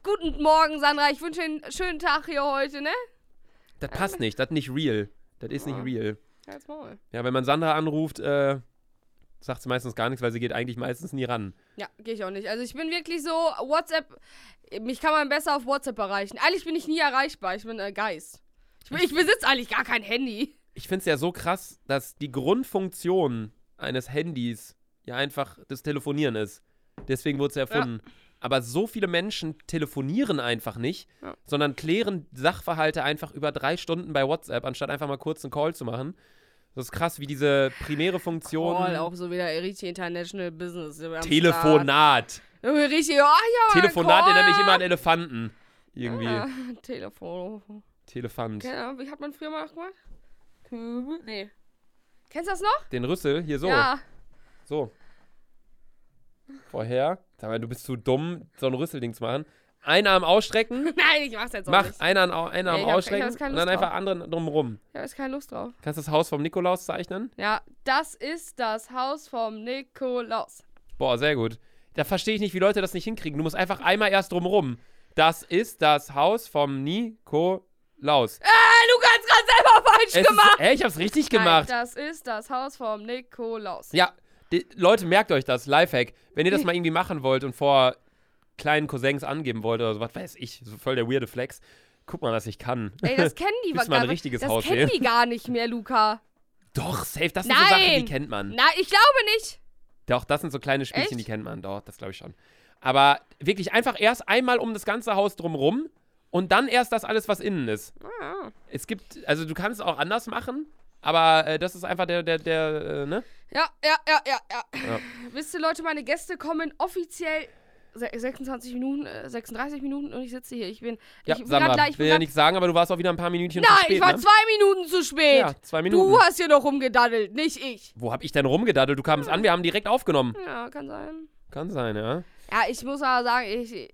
S1: guten Morgen, Sandra, ich wünsche dir einen schönen Tag hier heute, ne?
S2: Das passt nicht, das nicht real. Das ist nicht real.
S1: Halt's Maul.
S2: Ja, wenn man Sandra anruft, äh, sagt sie meistens gar nichts, weil sie geht eigentlich meistens nie ran.
S1: Ja, gehe ich auch nicht. Also ich bin wirklich so, WhatsApp, mich kann man besser auf WhatsApp erreichen. Eigentlich bin ich nie erreichbar, ich bin ein Geist. Ich, bin- ich besitze eigentlich gar kein Handy.
S2: ich finde es ja so krass, dass die Grundfunktion eines Handys ja einfach das Telefonieren ist. Deswegen wurde es erfunden. Aber so viele Menschen telefonieren einfach nicht,
S1: Ja.
S2: sondern klären Sachverhalte einfach über drei Stunden bei WhatsApp, anstatt einfach mal kurz einen Call zu machen. Das ist krass, wie diese primäre Funktion.
S1: Voll, auch so wieder richtig international business. Wir haben Start.
S2: Telefonat.
S1: Irgendwie Richtig, oh, ja,
S2: Telefonat
S1: Call.
S2: erinnert mich immer an Elefanten. Irgendwie.
S1: Ah, *laughs* Telefon.
S2: Telefant.
S1: Keine Ahnung, wie hat man früher mal gemacht? Hm, Nee. Kennst du das noch?
S2: Den Rüssel, hier so.
S1: Ja. *laughs*
S2: So. Vorher. Sag mal, du bist zu dumm, so ein Rüsselding zu machen. Einen Arm ausstrecken,
S1: Nein, ich mach's jetzt auch
S2: mach
S1: nicht.
S2: einen Arm, au- einen Arm
S1: Nee, ich hab- ich
S2: ausstrecken
S1: hab keine
S2: und dann
S1: Lust
S2: einfach anderen drumrum.
S1: Ich hab jetzt keine Lust drauf.
S2: Kannst du das Haus vom Nikolaus zeichnen?
S1: Ja, das ist das Haus vom Nikolaus.
S2: Boah, sehr gut. Da verstehe ich nicht, wie Leute das nicht hinkriegen. Du musst einfach einmal erst drumrum. Das ist das Haus vom Nikolaus.
S1: Hey, Luca hat's grad selber *laughs* falsch
S2: Es ist-
S1: gemacht.
S2: Hä, ich hab's richtig
S1: Nein,
S2: gemacht.
S1: das ist das Haus vom Nikolaus.
S2: Ja, die, Leute, merkt euch das, Lifehack. Wenn ihr das mal irgendwie machen wollt und vor kleinen Cousins angeben wollt oder so, was weiß ich, so voll der weirde Flex, guck mal, was ich kann.
S1: Ey, das kennen
S2: *laughs*
S1: die
S2: Willst du mal
S1: gar
S2: ein richtiges
S1: Das
S2: Haus
S1: kennen
S2: sehen?
S1: die gar nicht mehr, Luca.
S2: Doch, safe, das sind
S1: Nein!
S2: so Sachen, die kennt man.
S1: Nein, ich glaube nicht.
S2: Doch, das sind so kleine Spielchen,
S1: Echt?
S2: die kennt man. Doch, das glaube ich schon. Aber wirklich einfach erst einmal um das ganze Haus drumrum und dann erst das alles, was innen ist.
S1: Ah.
S2: Es gibt, also du kannst es auch anders machen, aber äh, das ist einfach der, der, der, äh, ne?
S1: Ja, ja, ja, ja, ja.
S2: Ja.
S1: Wisst ihr, Leute, meine Gäste kommen offiziell se- 26 Minuten, äh, 36 Minuten und ich sitze hier. Ich bin,
S2: Ja,
S1: ich bin grad
S2: Sandra,
S1: gleich-
S2: ich will ja
S1: grad-
S2: nichts sagen, aber du warst auch wieder ein paar Minütchen
S1: Nein,
S2: zu spät,
S1: ich war
S2: ne?
S1: zwei Minuten zu spät.
S2: Ja, zwei Minuten.
S1: Du hast hier noch rumgedaddelt, nicht ich.
S2: Wo hab ich denn rumgedaddelt? Du kamst an, wir haben direkt aufgenommen.
S1: Ja, kann sein.
S2: Kann sein, ja.
S1: Ja, ich muss aber sagen, ich. äh,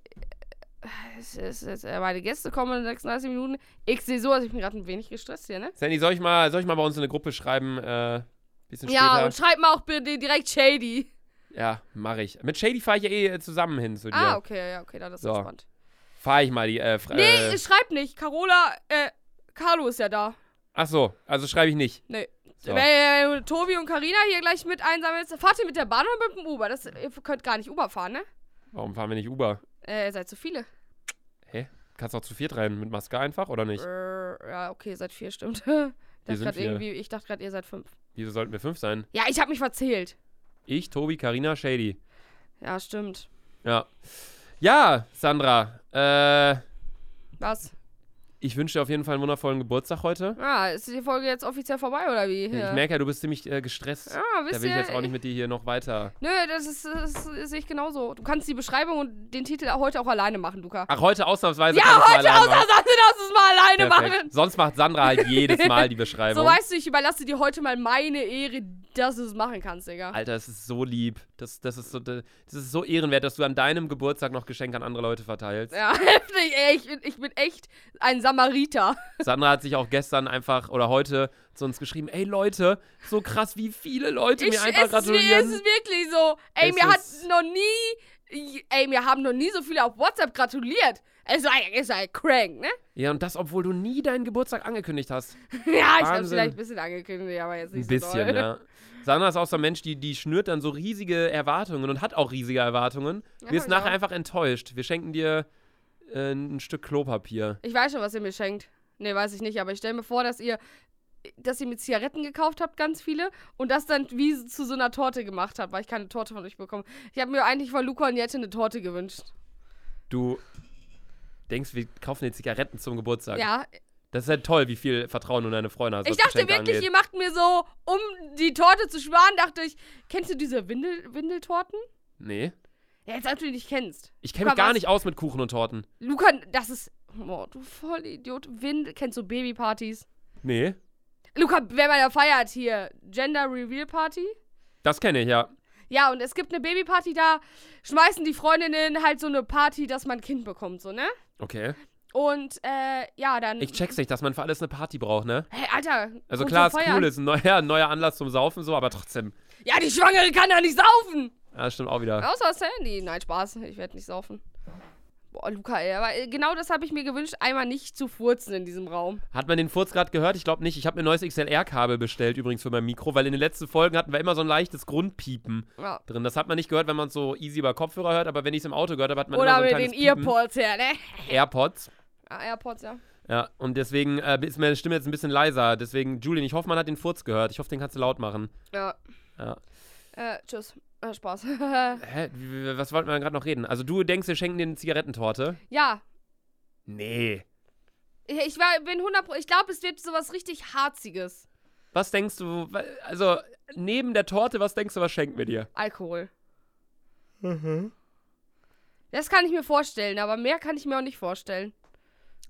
S1: Es ist, es, äh, meine Gäste kommen in 36 Minuten. Ich sehe so, also ich bin gerade ein wenig gestresst hier, ne?
S2: Sandy, soll ich mal, soll ich mal bei uns in eine Gruppe schreiben? Äh, bisschen
S1: Ja, und
S2: später.
S1: schreib mal auch bitte direkt Shady.
S2: Ja, mach ich. Mit Shady fahre ich ja eh äh, zusammen hin zu dir.
S1: Ah, okay, ja, okay, dann ist
S2: So.
S1: entspannt.
S2: Fahre ich mal die. Äh, Fre-
S1: Nee,
S2: äh,
S1: ich schreib nicht. Carola, äh, Carlo ist ja da.
S2: ach so, also schreibe ich nicht.
S1: Nee.
S2: So.
S1: Wenn du Tobi und Karina hier gleich mit einsammelst, fahrt ihr mit der Bahn oder mit dem Uber? Das, ihr könnt gar nicht Uber fahren, ne?
S2: Warum fahren wir nicht Uber?
S1: Äh, ihr seid zu viele.
S2: Hä? Kannst auch zu viert rein mit Maske einfach oder nicht?
S1: Äh, ja, okay, ihr seid vier, stimmt. *laughs* Ich dachte
S2: sind
S1: grad
S2: vier.
S1: irgendwie- Ich dachte gerade, ihr seid fünf.
S2: Wieso sollten wir fünf sein?
S1: Ja, ich habe mich verzählt.
S2: Ich, Tobi, Karina, Shady.
S1: Ja, stimmt.
S2: Ja. Ja, Sandra. Äh,
S1: Was?
S2: ich wünsche dir auf jeden Fall einen wundervollen Geburtstag heute.
S1: Ah, ist die Folge jetzt offiziell vorbei oder wie? Ja.
S2: Ich merke ja, du bist ziemlich äh, gestresst.
S1: Ah, wisst
S2: da will ich
S1: ihr,
S2: jetzt auch nicht mit dir hier noch weiter.
S1: Nö, das ist, das ist- sehe ich genauso. Du kannst die Beschreibung und den Titel heute auch alleine machen, Luca.
S2: Ach, heute ausnahmsweise.
S1: ja,
S2: Also kann ich's mal
S1: heute
S2: allein machen.
S1: *laughs* ausnahmsweise darfst du es mal alleine
S2: Perfekt.
S1: machen.
S2: Sonst macht Sandra halt
S1: *laughs*
S2: jedes Mal die
S1: So
S2: Beschreibung.
S1: weißt du, ich überlasse dir heute mal meine Ehre, dass du es machen kannst, Digga.
S2: Alter, es ist so lieb. Das, das, ist so, das ist so ehrenwert, dass du an deinem Geburtstag noch Geschenke an andere Leute verteilst.
S1: Ja, *laughs* heftig, ey, ich bin, ich bin echt ein Samariter.
S2: Sandra hat sich auch gestern einfach oder heute zu uns geschrieben: Ey Leute, so krass, wie viele Leute
S1: Ich,
S2: mir
S1: es,
S2: einfach
S1: ist, mir- es
S2: gratulieren.
S1: ist wirklich so. Ey,
S2: Es
S1: mir hat
S2: ist-
S1: noch nie, ey, mir haben noch nie so viele auf WhatsApp gratuliert. Es war, es war crank, ne? *laughs*
S2: Ja, und das, obwohl du nie deinen Geburtstag angekündigt hast.
S1: Ja, ich
S2: Wahnsinn.
S1: hab's vielleicht ein bisschen angekündigt, aber jetzt nicht
S2: Ein
S1: so doll. *laughs*
S2: bisschen, ja. Sandra ist auch so ein Mensch, die, die schnürt dann so riesige Erwartungen und hat auch riesige Erwartungen.
S1: Ja,
S2: Wir ist
S1: genau.
S2: nachher einfach enttäuscht. Wir schenken dir äh, ein Stück Klopapier.
S1: Ich weiß schon, was ihr mir schenkt. Nee, weiß ich nicht, aber ich stelle mir vor, dass ihr, dass ihr mir Zigaretten gekauft habt, ganz viele, und das dann wie zu so einer Torte gemacht habt, weil ich keine Torte von euch bekomme. Ich habe mir eigentlich von Luca und Jette eine Torte gewünscht.
S2: Du denkst, wir kaufen dir Zigaretten zum Geburtstag.
S1: Ja,
S2: Äh, Das ist ja toll, wie viel Vertrauen du in deine Freunde hast.
S1: ich
S2: was
S1: dachte
S2: Geschenke
S1: wirklich, ihr
S2: angeht.
S1: macht mir so, um die Torte zu sparen, dachte ich, kennst du diese Windel Windeltorten?
S2: Nee.
S1: Ja, jetzt, als du die nicht kennst.
S2: Ich kenne mich
S1: Luca,
S2: gar
S1: was-
S2: nicht aus mit Kuchen und Torten.
S1: Luca, das ist, boah, du Vollidiot, Windel, kennst du Babypartys?
S2: Nee.
S1: Luca, wer bei der Feier hat hier, Gender Reveal Party?
S2: Das kenne ich, ja.
S1: Ja, und es gibt eine Babyparty, da schmeißen die Freundinnen halt so eine Party, dass man ein Kind bekommt, so, ne?
S2: Okay.
S1: Und, äh, ja, dann.
S2: Ich check's nicht, dass man für alles eine Party braucht, ne?
S1: Hey, Alter.
S2: Also
S1: und
S2: klar,
S1: so
S2: ist
S1: feiern.
S2: cool, ist ein neuer, *laughs* neuer Anlass zum Saufen, so, aber trotzdem.
S1: Ja, die Schwangere kann da nicht saufen!
S2: Ja, das stimmt auch wieder.
S1: Außer das Handy. Nein, Spaß, ich werde nicht saufen. Boah, Luca, ey, aber äh, genau das habe ich mir gewünscht, einmal nicht zu furzen in diesem Raum.
S2: Hat man den Furz gerade gehört? Ich glaube nicht. Ich habe mir ein neues XLR-Kabel bestellt übrigens für mein Mikro, weil in den letzten Folgen hatten wir immer so ein leichtes Grundpiepen
S1: Ja.
S2: drin. Das hat man nicht gehört, wenn man es so easy über Kopfhörer hört, aber wenn ich es im Auto gehört habe, hat man
S1: Oder
S2: immer
S1: mit
S2: so ein
S1: den
S2: kleines Piepen.
S1: Earpods her, ne?
S2: AirPods.
S1: Ah, Airpods, ja.
S2: Ja, und deswegen äh, ist meine Stimme jetzt ein bisschen leiser. Deswegen, Julian, ich hoffe, man hat den Furz gehört. Ich hoffe, den kannst du laut machen.
S1: Ja.
S2: Ja.
S1: Äh, tschüss. Äh, Spaß. *laughs*
S2: Hä? W- w- Was wollten wir denn gerade noch reden? Also, du denkst, wir schenken dir eine Zigarettentorte?
S1: ja,
S2: Nee.
S1: ich war, bin 100 Ich glaube, es wird sowas richtig Harziges.
S2: Was denkst du, wa- also, neben der Torte, was denkst du, was schenken wir dir?
S1: Alkohol. Das kann ich mir vorstellen, aber mehr kann ich mir auch nicht vorstellen. *laughs*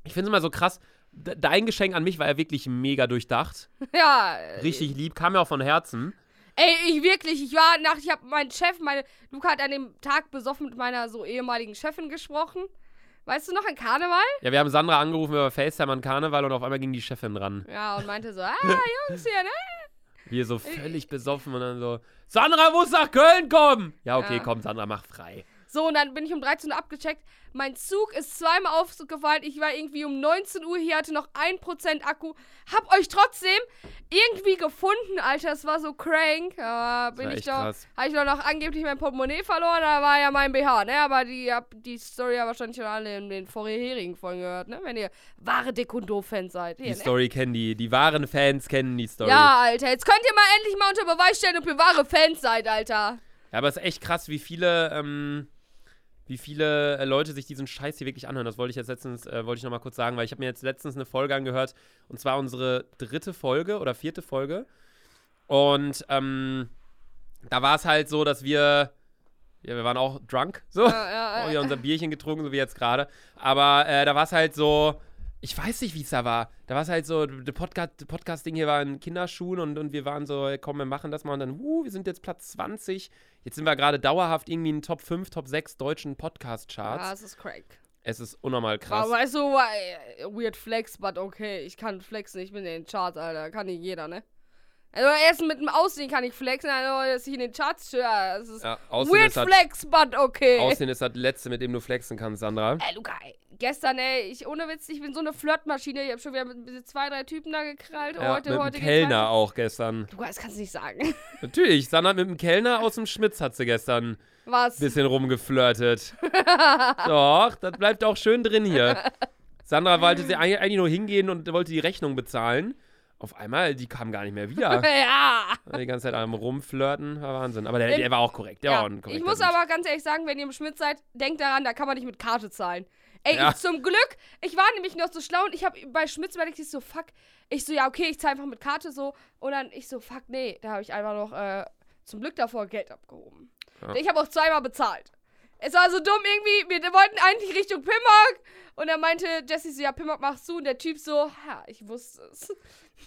S2: Ich finde es immer so krass. de- Dein Geschenk an mich war ja wirklich mega durchdacht.
S1: Ja. äh,
S2: Richtig lieb, kam ja auch von Herzen.
S1: Ey, ich wirklich, ich war nach, ich habe meinen Chef, meine, Luca hat an dem Tag besoffen mit meiner so ehemaligen Chefin gesprochen. Weißt du noch, ein Karneval?
S2: Ja, wir haben Sandra angerufen über FaceTime an Karneval und auf einmal ging die Chefin ran.
S1: Ja, und meinte so, ah, Jungs hier, ne?
S2: Wir so völlig besoffen und dann so, Sandra muss nach Köln kommen. Ja, okay,
S1: Ja.
S2: komm, Sandra, mach frei.
S1: So, und dann bin ich um 13 Uhr abgecheckt. Mein Zug ist zweimal aufgefallen. Ich war irgendwie um 19 Uhr hier, hatte noch 1% Akku. Hab euch trotzdem irgendwie gefunden, Alter. Es war so crank. Aber bin
S2: war
S1: ich
S2: echt
S1: doch.
S2: krass.
S1: Habe ich doch noch angeblich mein Portemonnaie verloren. Da war ja mein BH, ne? Aber die, hab, die Story haben wahrscheinlich schon alle in den vorherigen Folgen gehört, ne? Wenn ihr wahre Dick und Doof-Fans seid.
S2: Die
S1: Hier, ne?
S2: Story kennen die, die wahren Fans kennen die Story.
S1: Ja, Alter. Jetzt könnt ihr mal endlich mal unter Beweis stellen, ob ihr wahre Fans seid, Alter.
S2: Ja, aber es ist echt krass, wie viele, ähm, wie viele äh, Leute sich diesen Scheiß hier wirklich anhören. Das wollte ich jetzt letztens, äh, wollte ich nochmal kurz sagen, weil ich habe mir jetzt letztens eine Folge angehört und zwar unsere dritte Folge oder vierte Folge. Und ähm, da war es halt so, dass wir, ja, wir waren auch drunk, so,
S1: Ja, ja,
S2: *laughs* auch
S1: ja.
S2: wieder unser Bierchen getrunken, so wie jetzt gerade. Aber äh, da war es halt so, ich weiß nicht, wie es da war. Da war es halt so, der Podcast, Podcast-Ding hier war in Kinderschuhen und, und wir waren so, ey, komm, wir machen das mal. Und dann, uh, wir sind jetzt Platz 20. Jetzt sind wir gerade dauerhaft irgendwie in den Top 5, Top 6 deutschen Podcast-Charts.
S1: Ja, es ist crank.
S2: Es ist unnormal krass.
S1: Aber weißt du, äh, weird flex, but okay, ich kann flexen, ich bin in den Charts, Alter, kann nicht jeder, ne? Also erst mit dem Aussehen kann ich flexen, also dass ich in den Charts, ja, das ist
S2: ja, Aussehen,
S1: weird
S2: ist das,
S1: flex, but okay.
S2: Aussehen ist das Letzte, mit dem du flexen kannst, Sandra.
S1: *laughs* Ey, Luca, ey, gestern, ey, ich, ohne Witz, ich bin so eine Flirtmaschine, ich hab schon wieder mit- mit zwei, drei Typen da gekrallt,
S2: ja,
S1: heute,
S2: mit
S1: heute
S2: dem
S1: geht's
S2: Kellner
S1: weiter.
S2: auch gestern.
S1: Luca, das kannst du nicht sagen. *laughs*
S2: Natürlich, Sandra mit dem Kellner aus dem Schmitz hat sie gestern
S1: Was?
S2: bisschen rumgeflirtet. Doch, das bleibt auch schön drin hier. Sandra wollte sie eigentlich eigentlich nur hingehen und wollte die Rechnung bezahlen. Auf einmal, die kamen gar nicht
S1: *laughs*
S2: mehr wieder.
S1: *laughs* ja.
S2: die ganze Zeit am rumflirten, war Wahnsinn. Aber der,
S1: Ähm,
S2: der war auch korrekt. Der war auch ein
S1: ich
S2: korrekter
S1: muss
S2: Dude.
S1: aber ganz ehrlich sagen, wenn ihr im Schmidt seid, denkt daran, da kann man nicht mit Karte zahlen. Ey,
S2: Ja.
S1: ich, zum Glück, ich war nämlich noch so schlau und ich habe bei Schmitz überlegt, ich so, fuck, ich so, ja, okay, ich zahle einfach mit Karte so. Und dann ich so, fuck, nee, da habe ich einfach noch äh, zum Glück davor Geld abgehoben.
S2: Ja.
S1: Ich habe auch zweimal bezahlt. Es war so dumm irgendwie, wir wollten eigentlich Richtung Pimmock. Und dann meinte Jesse so, ja, Pimmock machst du. Und der Typ so, ha, ich wusste es.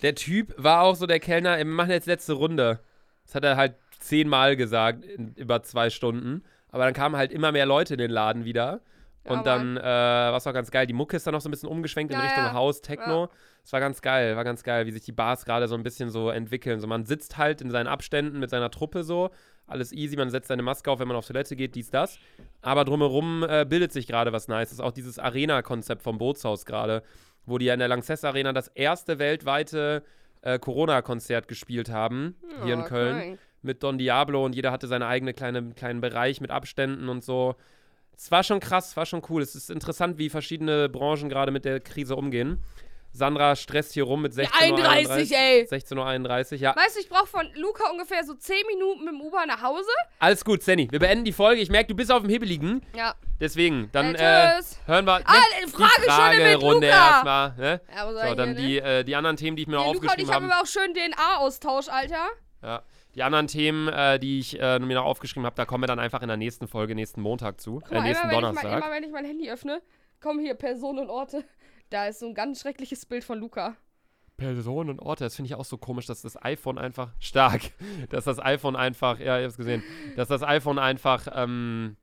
S2: Der Typ war auch so der Kellner, wir machen jetzt letzte Runde. Das hat er halt zehnmal gesagt in über zwei Stunden. Aber dann kamen halt immer mehr Leute in den Laden wieder.
S1: Ja,
S2: Und dann äh, war es auch ganz geil. Die Mucke ist dann noch so ein bisschen umgeschwenkt in
S1: Ja,
S2: Richtung
S1: ja.
S2: Haus, Techno. Es war ganz geil, war ganz geil, wie sich die Bars gerade so ein bisschen so entwickeln. So man sitzt halt in seinen Abständen mit seiner Truppe so, alles easy, man setzt seine Maske auf, wenn man auf Toilette geht, dies, das. Aber drumherum äh, bildet sich gerade was Nices. Auch dieses Arena-Konzept vom Bootshaus gerade, wo die ja in der Lanxess Arena das erste weltweite äh, Corona-Konzert gespielt haben, hier in
S1: Ja,
S2: Köln
S1: krank.
S2: mit Don Diablo und jeder hatte seine eigene kleine kleinen Bereich mit Abständen und so. Es war schon krass, war schon cool. Es ist interessant, wie verschiedene Branchen gerade mit der Krise umgehen. Sandra stresst hier rum mit 16.31
S1: 31, ey.
S2: 16.31 Uhr, ja.
S1: Weißt du, ich brauche von Luca ungefähr so 10 Minuten mit dem Uber nach Hause.
S2: Alles gut, Senny. Wir beenden die Folge. Ich merke, du bist auf dem Hibbeligen.
S1: Ja.
S2: Deswegen, dann
S1: Äh,
S2: äh,
S1: tschüss.
S2: hören wir ne?
S1: Ah, Fragestunde
S2: die
S1: mit
S2: Fragerunde
S1: Luca.
S2: erstmal. Ne?
S1: Ja, aber
S2: So, dann die, äh, die anderen Themen, die ich mir
S1: Ja, Luca und
S2: aufgeschrieben
S1: ich haben
S2: habe.
S1: aber auch schön DNA-Austausch, Alter.
S2: Ja. Die anderen Themen, äh, die ich äh, mir noch aufgeschrieben habe, da kommen wir dann einfach in der nächsten Folge, nächsten Montag zu.
S1: Guck
S2: Äh,
S1: mal,
S2: nächsten
S1: immer, wenn ich mein,
S2: Donnerstag.
S1: immer wenn ich mein Handy öffne, kommen hier Personen und Orte. Da ist so ein ganz schreckliches Bild von Luca.
S2: Personen und Orte. Das finde ich auch so komisch, dass das iPhone einfach *laughs* stark, dass das iPhone einfach, ja, ihr habt es gesehen, dass das iPhone einfach ähm,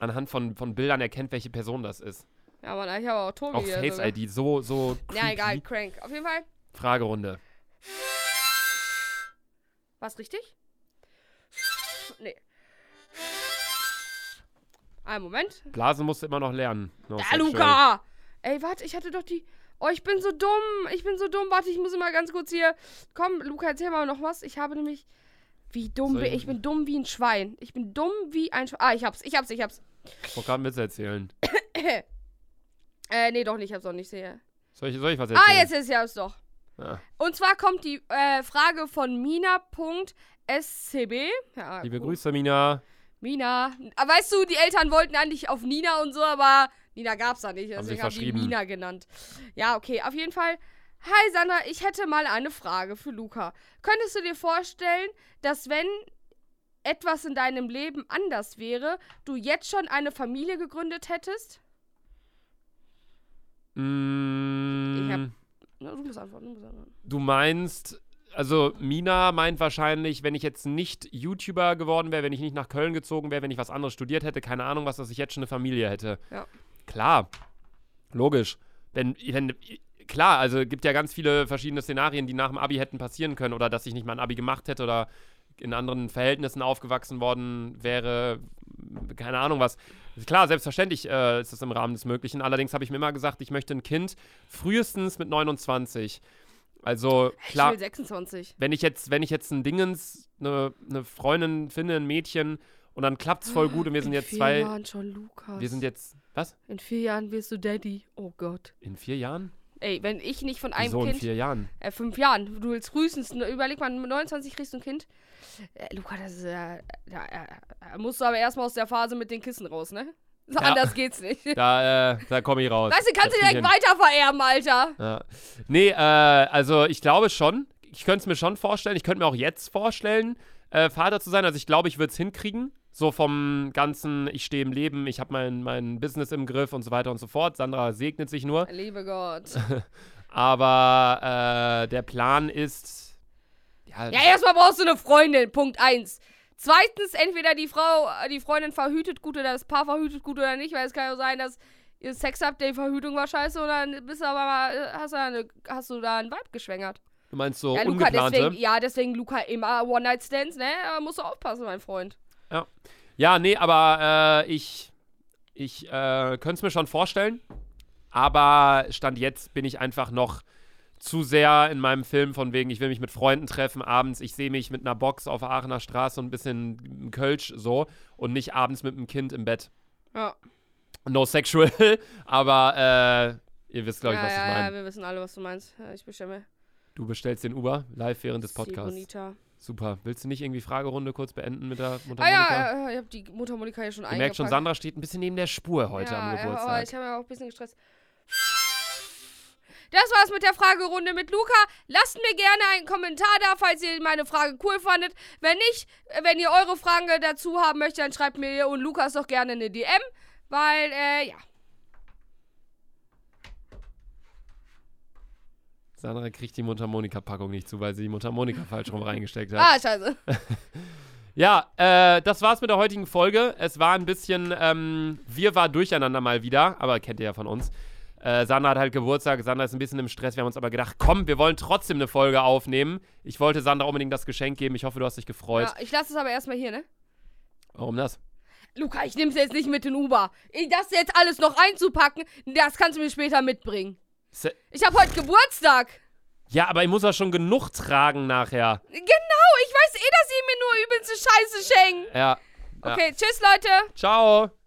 S2: anhand von, von Bildern erkennt, welche Person das ist.
S1: Oh, Ja, Mann, ich habe auch Tobi
S2: Auch
S1: hier
S2: Face
S1: sogar.
S2: ID, so, so.
S1: Ja,
S2: creepy.
S1: egal, crank. Auf jeden Fall.
S2: Fragerunde.
S1: War's richtig? Nee. Einen Moment.
S2: Blasen musst du immer noch lernen. No
S1: Da,
S2: sexual.
S1: Luca! Ey, warte, ich hatte doch die. Oh, ich bin so dumm. Ich bin so dumm. Warte, ich muss immer ganz kurz hier. Komm, Luca, erzähl mal noch was. Ich habe nämlich. Wie dumm
S2: Soll
S1: bin
S2: ich-
S1: ich? Ich bin dumm wie ein Schwein. Ich bin dumm wie ein Schwein. Ah, ich hab's, ich hab's, ich hab's.
S2: Ich wollte gerade einen Witz erzählen.
S1: Äh, nee, doch nicht, ich hab's auch nicht sehe.
S2: Soll ich, soll ich was erzählen?
S1: Ah, jetzt ist ja es doch.
S2: Ah,
S1: Und zwar kommt die äh, Frage von Mina.scb. Ja,
S2: liebe
S1: Ah, gut.
S2: Grüße, Mina.
S1: Mina. Aber weißt du, die Eltern wollten eigentlich auf Nina und so, aber Nina gab's da nicht.
S2: Haben sie
S1: Deswegen haben die
S2: verschrieben.
S1: Mina genannt. Ja, okay, auf jeden Fall. Hi Sandra, ich hätte mal eine Frage für Luca. Könntest du dir vorstellen, dass wenn etwas in deinem Leben anders wäre, du jetzt schon eine Familie gegründet hättest?
S2: Mm,
S1: Ich hab- Na, du musst antworten, du musst antworten.
S2: Du meinst, also Mina meint wahrscheinlich, wenn ich jetzt nicht YouTuber geworden wäre, wenn ich nicht nach Köln gezogen wäre, wenn ich was anderes studiert hätte, keine Ahnung was, dass ich jetzt schon eine Familie hätte.
S1: Ja.
S2: Klar, logisch. Wenn, wenn, klar, also gibt ja ganz viele verschiedene Szenarien, die nach dem Abi hätten passieren können oder dass ich nicht mal ein Abi gemacht hätte oder in anderen Verhältnissen aufgewachsen worden wäre, keine Ahnung was. Klar, selbstverständlich äh, ist das im Rahmen des Möglichen. Allerdings habe ich mir immer gesagt, ich möchte ein Kind frühestens mit 29. Also
S1: Ich
S2: klar,
S1: will 26.
S2: wenn ich jetzt, wenn ich jetzt ein Dingens, eine, eine Freundin finde, ein Mädchen und dann klappt's voll gut und wir sind
S1: in
S2: jetzt
S1: vier
S2: zwei,
S1: Jahren schon Lukas.
S2: wir sind jetzt, was?
S1: in vier Jahren wirst du Daddy. Oh Gott.
S2: In vier Jahren?
S1: Ey, wenn ich nicht von einem
S2: Wieso in
S1: Kind.
S2: vier Jahren?
S1: Äh, fünf Jahren. Du willst frühestens, ne, überleg mal, mit 29 kriegst du ein Kind. Äh, Luca, das ist ja. Da, äh, da musst du aber erstmal aus der Phase mit den Kissen raus, ne? So
S2: Ja.
S1: Anders geht's
S2: *laughs*
S1: nicht.
S2: Da, äh, da komme ich raus.
S1: Weißt du, kannst
S2: Das
S1: du
S2: krieg ich
S1: direkt weiter vererben, Alter.
S2: Ja. Nee, äh, also ich glaube schon. Ich könnte es mir schon vorstellen. Ich könnte mir auch jetzt vorstellen, äh, Vater zu sein. Also ich glaube, ich würde es hinkriegen. So vom ganzen, ich stehe im Leben, ich habe mein, mein Business im Griff und so weiter und so fort. Sandra segnet sich nur.
S1: Liebe Gott.
S2: Aber äh, der Plan ist. Ja,
S1: Ja, erstmal brauchst du eine Freundin, Punkt eins. Zweitens, entweder die Frau, äh, die Freundin verhütet gut oder das Paar verhütet gut oder nicht, weil es kann ja sein, dass ihr Sex habt, die Verhütung war scheiße oder bist du aber mal, äh, hast, du da eine, hast du da ein Weib geschwängert.
S2: du meinst so
S1: Ja, Luca,
S2: ungeplante.
S1: deswegen, ja, deswegen Luca immer One-Night-Stands, ne? Aber musst du aufpassen, mein Freund.
S2: Ja, nee, aber äh, ich, ich äh, könnte es mir schon vorstellen. Aber Stand jetzt bin ich einfach noch zu sehr in meinem Film von wegen, ich will mich mit Freunden treffen abends, ich sehe mich mit einer Box auf der Aachener Straße und ein bisschen Kölsch so und nicht abends mit einem Kind im Bett.
S1: Ja,
S2: No sexual, *laughs* aber äh, ihr wisst, glaube ich,
S1: ja,
S2: was
S1: ja,
S2: ich
S1: ja,
S2: meine.
S1: wir wissen alle, was du meinst. Ja, ich bestimme.
S2: Du bestellst den Uber live während des Podcasts.
S1: Bonita.
S2: Super. Willst du nicht irgendwie Fragerunde kurz beenden mit der Mutter
S1: Ah ja, äh, ich habe die Muttermonika hier schon
S2: Ihr
S1: eingepackt.
S2: merkt schon, Sandra steht ein bisschen neben der Spur heute
S1: ja,
S2: am
S1: Ja, aber
S2: Geburtstag.
S1: ich habe ja auch ein bisschen gestresst. Das war's mit der Fragerunde mit Luca. Lasst mir gerne einen Kommentar da, falls ihr meine Frage cool fandet. Wenn nicht, äh, wenn ihr eure Fragen dazu haben möchtet, dann schreibt mir und Lukas doch gerne eine DM, weil, äh, ja.
S2: Sandra kriegt die Mundharmonika-Packung nicht zu, weil sie die Mundharmonika falsch rum reingesteckt hat.
S1: Ah, scheiße.
S2: Ja, äh, das war's mit der heutigen Folge. Es war ein bisschen, ähm, wir war durcheinander mal wieder, aber kennt ihr ja von uns. Äh, Sandra hat halt Geburtstag, Sandra ist ein bisschen im Stress. Wir haben uns aber gedacht, komm, wir wollen trotzdem eine Folge aufnehmen. Ich wollte Sandra unbedingt das Geschenk geben. Ich hoffe, du hast dich gefreut.
S1: Ja, ich lasse es aber erstmal hier, ne?
S2: Warum das?
S1: Luca, ich nehm's jetzt nicht mit in Uber. Ich- Das jetzt alles noch einzupacken, das kannst du mir später mitbringen.
S2: Se-
S1: Ich habe heute Geburtstag.
S2: Ja, aber ich muss ja schon genug tragen nachher.
S1: Genau, ich weiß eh, dass ihr mir nur übelste Scheiße schenkt.
S2: Ja. ja.
S1: Okay, tschüss, Leute.
S2: Ciao.